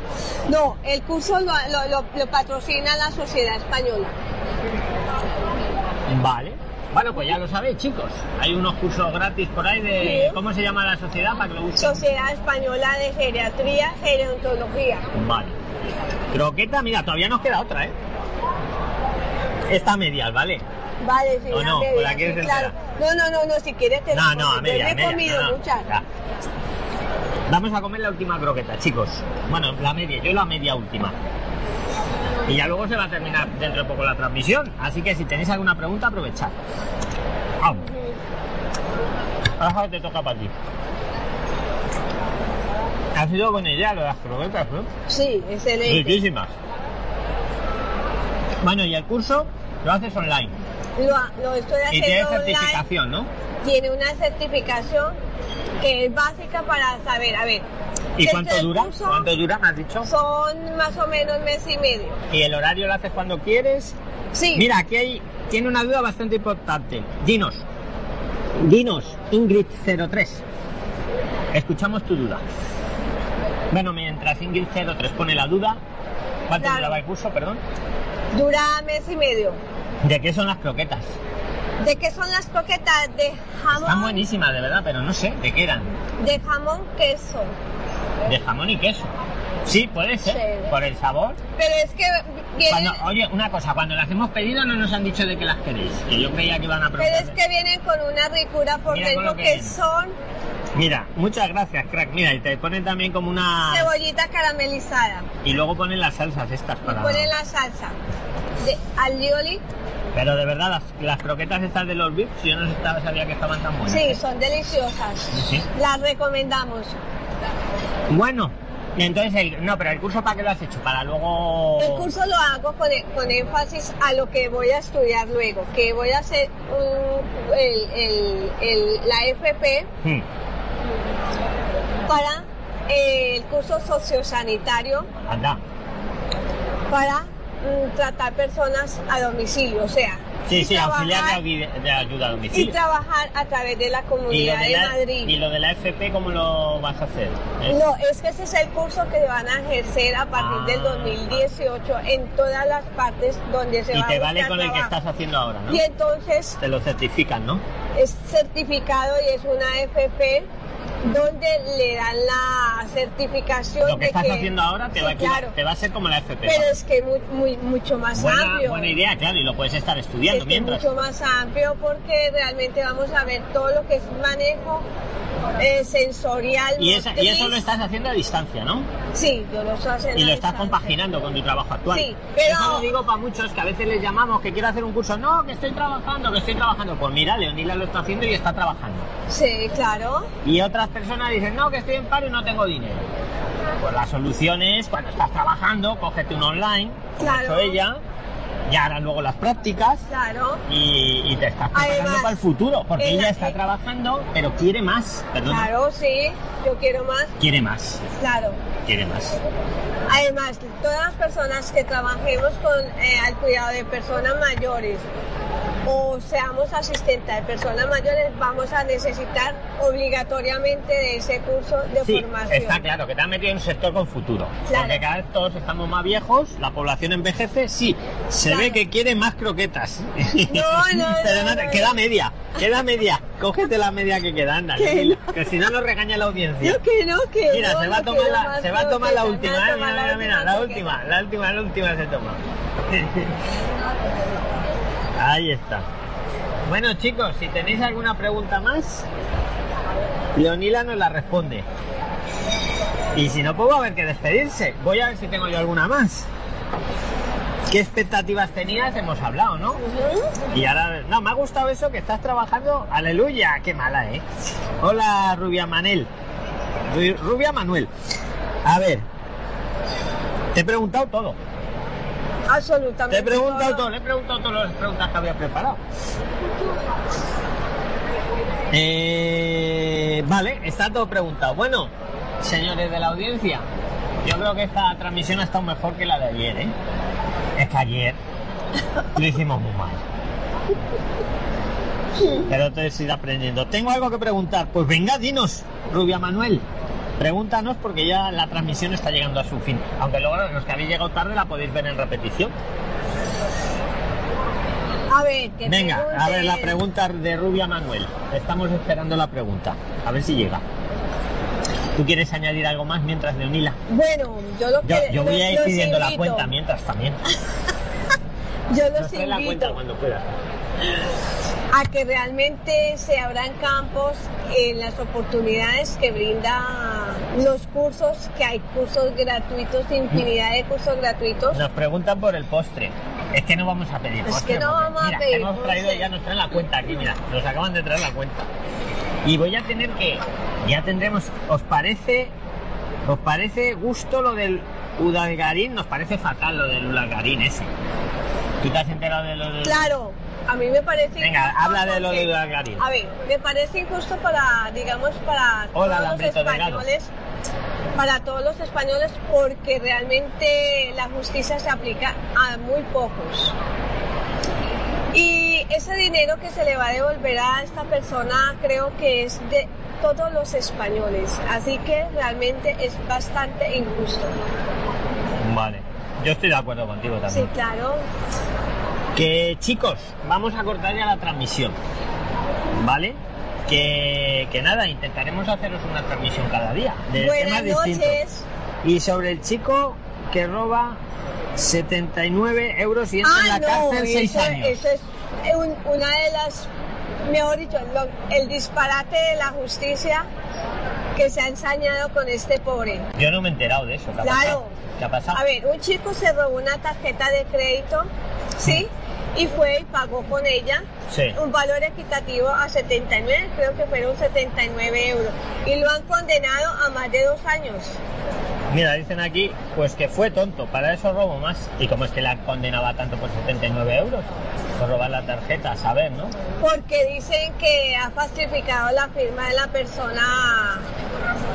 [SPEAKER 3] No, el curso lo, lo- lo- lo patrocina la Sociedad Española.
[SPEAKER 2] Vale, bueno pues ya lo sabéis chicos, hay unos cursos gratis por ahí de
[SPEAKER 3] Sí.
[SPEAKER 2] cómo se llama la sociedad para que lo busquen.
[SPEAKER 3] Sociedad Española de Geriatría, Gerontología.
[SPEAKER 2] Vale. Croqueta, mira, todavía nos queda otra, ¿eh? Esta medial, ¿vale?
[SPEAKER 3] Vale, sí,
[SPEAKER 2] ¿O
[SPEAKER 3] a
[SPEAKER 2] no?
[SPEAKER 3] medias,
[SPEAKER 2] ¿O la
[SPEAKER 3] sí,
[SPEAKER 2] quieres
[SPEAKER 3] claro. No, no, no, no, si quieres te
[SPEAKER 2] No,
[SPEAKER 3] la
[SPEAKER 2] no,
[SPEAKER 3] como.
[SPEAKER 2] a media,
[SPEAKER 3] Yo
[SPEAKER 2] a
[SPEAKER 3] me he
[SPEAKER 2] media,
[SPEAKER 3] comido
[SPEAKER 2] no, no,
[SPEAKER 3] muchas.
[SPEAKER 2] ya. Vamos a comer la última croqueta, chicos. Bueno, la media, yo la media última. Y ya luego se va a terminar dentro de poco la transmisión. Así que si tenéis alguna pregunta, aprovechad. Vamos. Ahora te toca para ti. Ha sido buena idea lo de las croquetas, ¿no?
[SPEAKER 3] Sí, excelente.
[SPEAKER 2] Riquísimas. Bueno, y el curso lo haces online.
[SPEAKER 3] Lo, ha- lo estoy
[SPEAKER 2] Y tiene
[SPEAKER 3] haciendo online.
[SPEAKER 2] certificación, ¿no?
[SPEAKER 3] Tiene una certificación que es básica para saber, a ver.
[SPEAKER 2] ¿Y
[SPEAKER 3] el-
[SPEAKER 2] cuánto
[SPEAKER 3] el
[SPEAKER 2] dura?
[SPEAKER 3] curso
[SPEAKER 2] ¿Cuánto dura, me has dicho?
[SPEAKER 3] Son más o menos mes y medio.
[SPEAKER 2] y el horario lo haces cuando quieres.
[SPEAKER 3] Sí.
[SPEAKER 2] Mira, aquí hay, tiene una duda bastante importante. Dinos, dinos, Ingrid03. Escuchamos tu duda. Bueno, mientras Ingrid03 pone la duda, ¿cuánto
[SPEAKER 3] Claro.
[SPEAKER 2] duraba el curso, perdón?
[SPEAKER 3] Dura mes y medio.
[SPEAKER 2] ¿De qué son las croquetas?
[SPEAKER 3] ¿De qué son las croquetas? De
[SPEAKER 2] Están
[SPEAKER 3] jamón,
[SPEAKER 2] buenísimas, de verdad, pero no sé, ¿de qué eran?
[SPEAKER 3] de jamón queso.
[SPEAKER 2] De jamón y queso. Sí, puede ser,
[SPEAKER 3] Sí.
[SPEAKER 2] por el sabor.
[SPEAKER 3] Pero es que vienen,
[SPEAKER 2] Cuando- oye, una cosa, cuando las hemos pedido no nos han dicho de qué las queréis. Que yo creía que iban a
[SPEAKER 3] pero
[SPEAKER 2] preguntar.
[SPEAKER 3] es que vienen con una ricura por
[SPEAKER 2] Mira con lo
[SPEAKER 3] dentro
[SPEAKER 2] que
[SPEAKER 3] que,
[SPEAKER 2] viene.
[SPEAKER 3] son
[SPEAKER 2] Mira, muchas gracias, crack. Mira, y te ponen también como una...
[SPEAKER 3] cebollita caramelizada.
[SPEAKER 2] Y luego ponen las salsas estas
[SPEAKER 3] Y
[SPEAKER 2] para...
[SPEAKER 3] ponen la salsa de alioli.
[SPEAKER 2] Pero de verdad, las, las croquetas estas de los VIPs, yo no estaba- sabía que estaban tan buenas.
[SPEAKER 3] Sí, son deliciosas.
[SPEAKER 2] Sí.
[SPEAKER 3] Las recomendamos.
[SPEAKER 2] Bueno, y entonces, el, no, pero el curso para qué lo has hecho, para luego...
[SPEAKER 3] El curso lo hago con, e- con énfasis a lo que voy a estudiar luego, que voy a hacer un- el- el- el- la FP
[SPEAKER 2] Hmm.
[SPEAKER 3] para eh, el curso sociosanitario
[SPEAKER 2] Anda,
[SPEAKER 3] para mm, tratar personas a domicilio, o sea,
[SPEAKER 2] Sí,
[SPEAKER 3] y
[SPEAKER 2] sí, auxiliar de
[SPEAKER 3] trabajar,
[SPEAKER 2] agui- de ayuda a
[SPEAKER 3] y
[SPEAKER 2] domicilio.
[SPEAKER 3] trabajar a través de la comunidad de,
[SPEAKER 2] la,
[SPEAKER 3] Madrid.
[SPEAKER 2] y lo de la FP, ¿cómo lo vas a hacer? ¿Eh?
[SPEAKER 3] No, es que ese es el curso que van a ejercer a partir
[SPEAKER 2] Ah.
[SPEAKER 3] del 2018 en todas las partes donde se
[SPEAKER 2] y
[SPEAKER 3] va
[SPEAKER 2] te
[SPEAKER 3] a
[SPEAKER 2] vale
[SPEAKER 3] buscar
[SPEAKER 2] con el que
[SPEAKER 3] trabajo.
[SPEAKER 2] estás haciendo ahora, ¿no?
[SPEAKER 3] Y entonces
[SPEAKER 2] Te lo certifican, ¿no?
[SPEAKER 3] es certificado y es una FP donde le dan la certificación
[SPEAKER 2] Lo que
[SPEAKER 3] de
[SPEAKER 2] estás haciendo ahora te,
[SPEAKER 3] Sí,
[SPEAKER 2] va a, equiva-
[SPEAKER 3] claro,
[SPEAKER 2] te va a ser como la FP.
[SPEAKER 3] pero
[SPEAKER 2] ¿no?
[SPEAKER 3] es que muy, muy- mucho más
[SPEAKER 2] buena,
[SPEAKER 3] amplio.
[SPEAKER 2] buena idea, claro, y lo puedes estar
[SPEAKER 3] Es que
[SPEAKER 2] estudiando
[SPEAKER 3] es
[SPEAKER 2] mientras.
[SPEAKER 3] mucho más amplio porque realmente vamos a ver todo lo que es manejo eh, sensorial.
[SPEAKER 2] Y, esa- y eso
[SPEAKER 3] motriz.
[SPEAKER 2] lo estás haciendo a distancia, ¿no?
[SPEAKER 3] Sí, yo lo estoy haciendo.
[SPEAKER 2] Y lo
[SPEAKER 3] a
[SPEAKER 2] estás
[SPEAKER 3] distancia.
[SPEAKER 2] compaginando con tu trabajo actual.
[SPEAKER 3] Sí, pero-
[SPEAKER 2] Eso lo digo para muchos que a veces les llamamos que quiero hacer un curso. No, que estoy trabajando, que estoy trabajando. Pues mira, Leonila lo está haciendo y está trabajando.
[SPEAKER 3] Sí, claro.
[SPEAKER 2] Y otras personas dicen, no, que estoy en paro y no tengo dinero. Pues la solución es, cuando estás trabajando, cógete un online, como ha
[SPEAKER 3] Claro.
[SPEAKER 2] hecho ella, y ahora luego las prácticas
[SPEAKER 3] Claro.
[SPEAKER 2] y, y te estás preparando
[SPEAKER 3] Además,
[SPEAKER 2] para el futuro, porque
[SPEAKER 3] en la-
[SPEAKER 2] ella está trabajando, pero quiere más, perdón,
[SPEAKER 3] Claro, sí. Yo quiero más.
[SPEAKER 2] quiere más,
[SPEAKER 3] Claro.
[SPEAKER 2] quiere más.
[SPEAKER 3] Además, todas las personas que trabajemos con eh, al cuidado de personas mayores o seamos asistentes de personas mayores, vamos a necesitar obligatoriamente de ese curso de
[SPEAKER 2] Sí,
[SPEAKER 3] formación.
[SPEAKER 2] está claro, que te has metido en un sector con futuro,
[SPEAKER 3] Claro.
[SPEAKER 2] porque cada vez todos estamos más viejos, la población envejece, sí, se
[SPEAKER 3] Claro.
[SPEAKER 2] ve que quiere más croquetas.
[SPEAKER 3] No, no,
[SPEAKER 2] Pero
[SPEAKER 3] no,
[SPEAKER 2] te-
[SPEAKER 3] no,
[SPEAKER 2] queda
[SPEAKER 3] no.
[SPEAKER 2] media, queda media, cógete la media que queda, anda,
[SPEAKER 3] Que
[SPEAKER 2] que,
[SPEAKER 3] no.
[SPEAKER 2] si no nos regaña la audiencia.
[SPEAKER 3] Yo que no, que
[SPEAKER 2] Mira,
[SPEAKER 3] no,
[SPEAKER 2] se va a
[SPEAKER 3] no
[SPEAKER 2] tomar
[SPEAKER 3] quiero
[SPEAKER 2] la,
[SPEAKER 3] más
[SPEAKER 2] se va a tomar la
[SPEAKER 3] croquetas,
[SPEAKER 2] última,
[SPEAKER 3] me va a
[SPEAKER 2] eh, mira, mira, mira, la última, la última, la última se toma. Ahí está. Bueno chicos, si tenéis alguna pregunta más, Leonila nos la responde. Y si no, pues va a haber que despedirse. Voy a ver si tengo yo alguna más. ¿Qué expectativas tenías? Hemos hablado, ¿no?
[SPEAKER 3] croquetas.
[SPEAKER 2] Y ahora, no, me ha gustado eso que estás trabajando. Aleluya, qué mala, ¿eh? Hola, Rubia Manel. Ru- Rubia Manuel. A ver, te he preguntado todo.
[SPEAKER 3] Ujú, Absolutamente.
[SPEAKER 2] Te he preguntado
[SPEAKER 3] todo.
[SPEAKER 2] todo, le he preguntado todas las preguntas que había preparado. Eh, vale, está todo preguntado. Bueno, señores de la audiencia, yo creo que esta transmisión ha estado mejor que la de ayer, ¿eh? Es que ayer lo hicimos muy mal. Pero entonces ir aprendiendo. Tengo algo que preguntar. Pues venga, dinos, Rubia Manuel. Pregúntanos porque ya la transmisión está llegando a su fin. Aunque luego los que habéis llegado tarde la podéis ver en repetición.
[SPEAKER 3] A ver, que
[SPEAKER 2] Venga, a ver la
[SPEAKER 3] pregunten.
[SPEAKER 2] pregunta de Rubia Manuel. Estamos esperando la pregunta. A ver si llega. ¿Tú quieres añadir algo más mientras, Leonila?
[SPEAKER 3] Bueno, yo lo
[SPEAKER 2] Yo,
[SPEAKER 3] que
[SPEAKER 2] yo voy a ir
[SPEAKER 3] Eh, los
[SPEAKER 2] pidiendo la
[SPEAKER 3] invito,
[SPEAKER 2] cuenta mientras también.
[SPEAKER 3] Yo
[SPEAKER 2] Nos
[SPEAKER 3] los
[SPEAKER 2] trae la cuenta
[SPEAKER 3] invito
[SPEAKER 2] cuando pueda.
[SPEAKER 3] a que realmente se abran campos en las oportunidades que brinda los cursos, que hay cursos gratuitos, infinidad de cursos gratuitos.
[SPEAKER 2] Nos preguntan por el postre. Es que no vamos a pedir
[SPEAKER 3] Es
[SPEAKER 2] postre,
[SPEAKER 3] que no
[SPEAKER 2] porque,
[SPEAKER 3] vamos a
[SPEAKER 2] mira,
[SPEAKER 3] pedir
[SPEAKER 2] Hemos traído,
[SPEAKER 3] postre.
[SPEAKER 2] ya nos traen la cuenta aquí, mira. Nos acaban de traer la cuenta. Y voy a tener que. Ya tendremos. ¿Os parece. ¿Os parece gusto lo del Udalgarín? Nos parece fatal lo del Udalgarín ese. ¿Tú te has enterado de lo del
[SPEAKER 3] Claro, a mí me parece
[SPEAKER 2] Venga,
[SPEAKER 3] injusto
[SPEAKER 2] habla de lo
[SPEAKER 3] porque-
[SPEAKER 2] de Gagarin.
[SPEAKER 3] A ver, me parece injusto para, digamos, para
[SPEAKER 2] Hola,
[SPEAKER 3] todos los
[SPEAKER 2] Lambrito Delgado.
[SPEAKER 3] españoles, para todos los españoles, porque realmente la justicia se aplica a muy pocos. Y ese dinero que se le va a devolver a esta persona creo que es de todos los españoles, así que realmente es bastante injusto.
[SPEAKER 2] Vale, yo estoy de acuerdo contigo
[SPEAKER 3] Sí,
[SPEAKER 2] también.
[SPEAKER 3] claro.
[SPEAKER 2] Que chicos, vamos a cortar ya la transmisión. ¿Vale? Que, que nada, intentaremos haceros una transmisión cada día. De
[SPEAKER 3] Buenas
[SPEAKER 2] temas distintos.
[SPEAKER 3] noches.
[SPEAKER 2] Y sobre el chico que roba 79 euros y entra en la cárcel 6
[SPEAKER 3] Ah, eso,
[SPEAKER 2] años.
[SPEAKER 3] eso es un- una de las, mejor dicho, lo- el disparate de la justicia que se ha ensañado con este pobre.
[SPEAKER 2] Yo no me he enterado de eso. ¿Qué ha
[SPEAKER 3] Claro.
[SPEAKER 2] pasado? ¿Qué ha pasado?
[SPEAKER 3] A ver, un chico se robó una tarjeta de crédito, ¿sí? Y fue y pagó con ella
[SPEAKER 2] Sí.
[SPEAKER 3] un valor equitativo a 79, creo que fueron 79 euros. Y lo han condenado a más de dos años.
[SPEAKER 2] Mira, dicen aquí, pues que fue tonto, para eso robo más. ¿Y cómo es que la condenaba tanto por 79 euros? Por robar la tarjeta, a saber, ¿no?
[SPEAKER 3] Porque dicen que ha falsificado la firma de la persona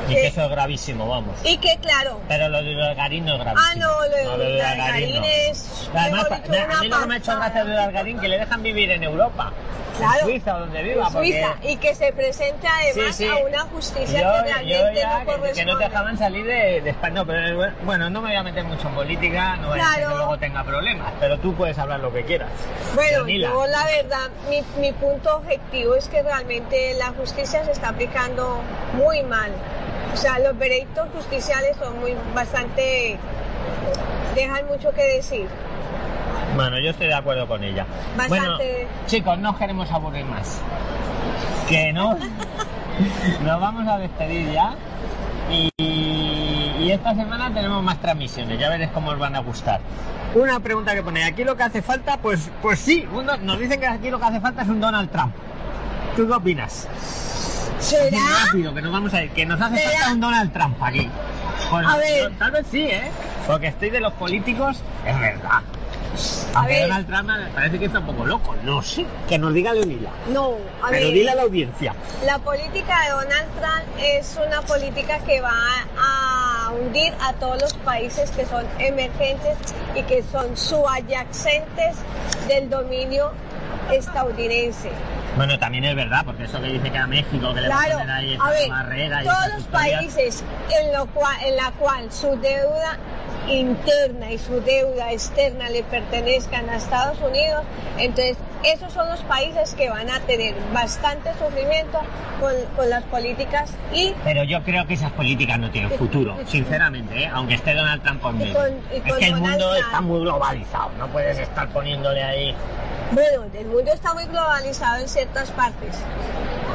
[SPEAKER 2] Y que eso es gravísimo, vamos.
[SPEAKER 3] Y que claro,
[SPEAKER 2] Pero lo de Algarín no es gravísimo.
[SPEAKER 3] ah no, lo de
[SPEAKER 2] del Algarín no.
[SPEAKER 3] es
[SPEAKER 2] Además,
[SPEAKER 3] mejor dicho,
[SPEAKER 2] me- a
[SPEAKER 3] una
[SPEAKER 2] mí lo que me ha hecho
[SPEAKER 3] pasada.
[SPEAKER 2] gracia de Algarín que le dejan vivir en Europa,
[SPEAKER 3] Claro.
[SPEAKER 2] en Suiza o donde
[SPEAKER 3] En
[SPEAKER 2] viva, porque
[SPEAKER 3] Suiza, y que se presente además
[SPEAKER 2] Sí, sí.
[SPEAKER 3] a una justicia
[SPEAKER 2] yo-
[SPEAKER 3] que
[SPEAKER 2] yo
[SPEAKER 3] realmente
[SPEAKER 2] ya
[SPEAKER 3] no
[SPEAKER 2] que- que,
[SPEAKER 3] corresponde.
[SPEAKER 2] no te dejaban salir de, de España. No, pero eh, bueno, no me voy a meter mucho en política, no voy a ser que
[SPEAKER 3] Claro.
[SPEAKER 2] luego tenga problemas, pero tú puedes hablar lo que quieras.
[SPEAKER 3] Bueno,
[SPEAKER 2] Leonila.
[SPEAKER 3] yo la verdad, mi, mi punto objetivo es que realmente la justicia se está aplicando muy mal. O sea, los veredictos justiciales son muy bastante dejan mucho que decir.
[SPEAKER 2] Bueno, yo estoy de acuerdo con ella.
[SPEAKER 3] Bastante.
[SPEAKER 2] Bueno, chicos, no os queremos aburrir más. Que no. Nos vamos a despedir ya. Y, y esta semana tenemos más transmisiones. Ya veréis cómo os van a gustar. Una pregunta que pone, ¿aquí lo que hace falta? Pues, pues sí, un don- nos dicen que aquí lo que hace falta es un Donald Trump. ¿Tú qué opinas?
[SPEAKER 3] ¿Será?
[SPEAKER 2] Rápido, que nos vamos a ir, que nos hace
[SPEAKER 3] ¿Será?
[SPEAKER 2] falta un Donald Trump aquí. Pues,
[SPEAKER 3] A ver.
[SPEAKER 2] Tal vez sí, ¿eh? Porque estoy de los políticos, es verdad. Aunque
[SPEAKER 3] ver.
[SPEAKER 2] Donald Trump me parece que está un poco loco, no sé. Que nos diga Leonila.
[SPEAKER 3] No, a
[SPEAKER 2] Pero
[SPEAKER 3] ver.
[SPEAKER 2] dile a la audiencia.
[SPEAKER 3] La política de Donald Trump es una política que va a hundir a todos los países que son emergentes y que son subyacentes del dominio estadounidense.
[SPEAKER 2] Bueno, también es verdad, porque eso que dice que a México, que le va a
[SPEAKER 3] Claro,
[SPEAKER 2] poner ahí esa
[SPEAKER 3] a ver,
[SPEAKER 2] barrera y
[SPEAKER 3] todos
[SPEAKER 2] esas
[SPEAKER 3] los
[SPEAKER 2] historias.
[SPEAKER 3] países en, lo cual, en la cual su deuda interna y su deuda externa le pertenezcan a Estados Unidos, entonces esos son los países que van a tener bastante sufrimiento con, con las políticas y
[SPEAKER 2] Pero yo creo que esas políticas no tienen futuro, sinceramente, ¿eh? aunque esté Donald Trump por
[SPEAKER 3] Y
[SPEAKER 2] medio.
[SPEAKER 3] con- y
[SPEAKER 2] es
[SPEAKER 3] con
[SPEAKER 2] que el
[SPEAKER 3] Donald
[SPEAKER 2] mundo
[SPEAKER 3] Trump.
[SPEAKER 2] está muy globalizado, no puedes estar poniéndole ahí.
[SPEAKER 3] Bueno, el mundo está muy globalizado en ciertas partes,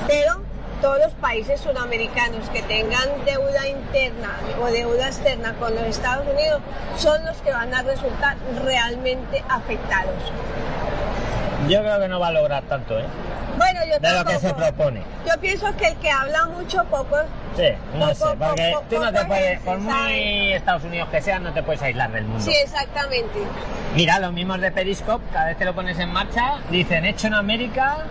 [SPEAKER 3] pero todos los países sudamericanos que tengan deuda interna o deuda externa con los Estados Unidos son los que van a resultar realmente afectados.
[SPEAKER 2] Yo creo que no va a lograr tanto, ¿eh?
[SPEAKER 3] Bueno, yo
[SPEAKER 2] De lo que se
[SPEAKER 3] tampoco.
[SPEAKER 2] propone.
[SPEAKER 3] Yo pienso que el que habla mucho poco,
[SPEAKER 2] Sí, no
[SPEAKER 3] Poco,
[SPEAKER 2] sé, porque
[SPEAKER 3] poco,
[SPEAKER 2] tú no te
[SPEAKER 3] poco
[SPEAKER 2] puedes,
[SPEAKER 3] es
[SPEAKER 2] por muy
[SPEAKER 3] necesario.
[SPEAKER 2] Estados Unidos que seas, no te puedes aislar del mundo.
[SPEAKER 3] sí, exactamente.
[SPEAKER 2] Mira, los mismos de Periscope, cada vez que lo pones en marcha, dicen hecho en América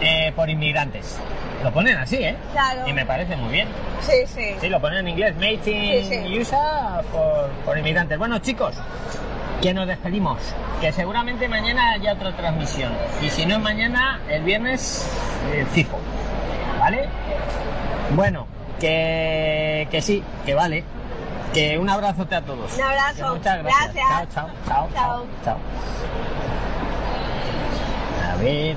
[SPEAKER 2] eh, por inmigrantes. Lo ponen así, ¿eh?
[SPEAKER 3] Claro.
[SPEAKER 2] Y me parece muy bien.
[SPEAKER 3] Sí, sí.
[SPEAKER 2] Sí, lo ponen en inglés, Made in
[SPEAKER 3] Sí, sí.
[SPEAKER 2] USA por, por inmigrantes. Bueno, chicos, que nos despedimos. Que seguramente mañana haya otra transmisión. Y si no es mañana, el viernes eh, fijo. ¿Vale? Bueno, que, que sí, que vale. Que un abrazote a todos.
[SPEAKER 3] Un abrazo.
[SPEAKER 2] Que muchas gracias.
[SPEAKER 3] Gracias.
[SPEAKER 2] Chao, chao, chao, chao,
[SPEAKER 3] Chao.
[SPEAKER 2] chao. A ver.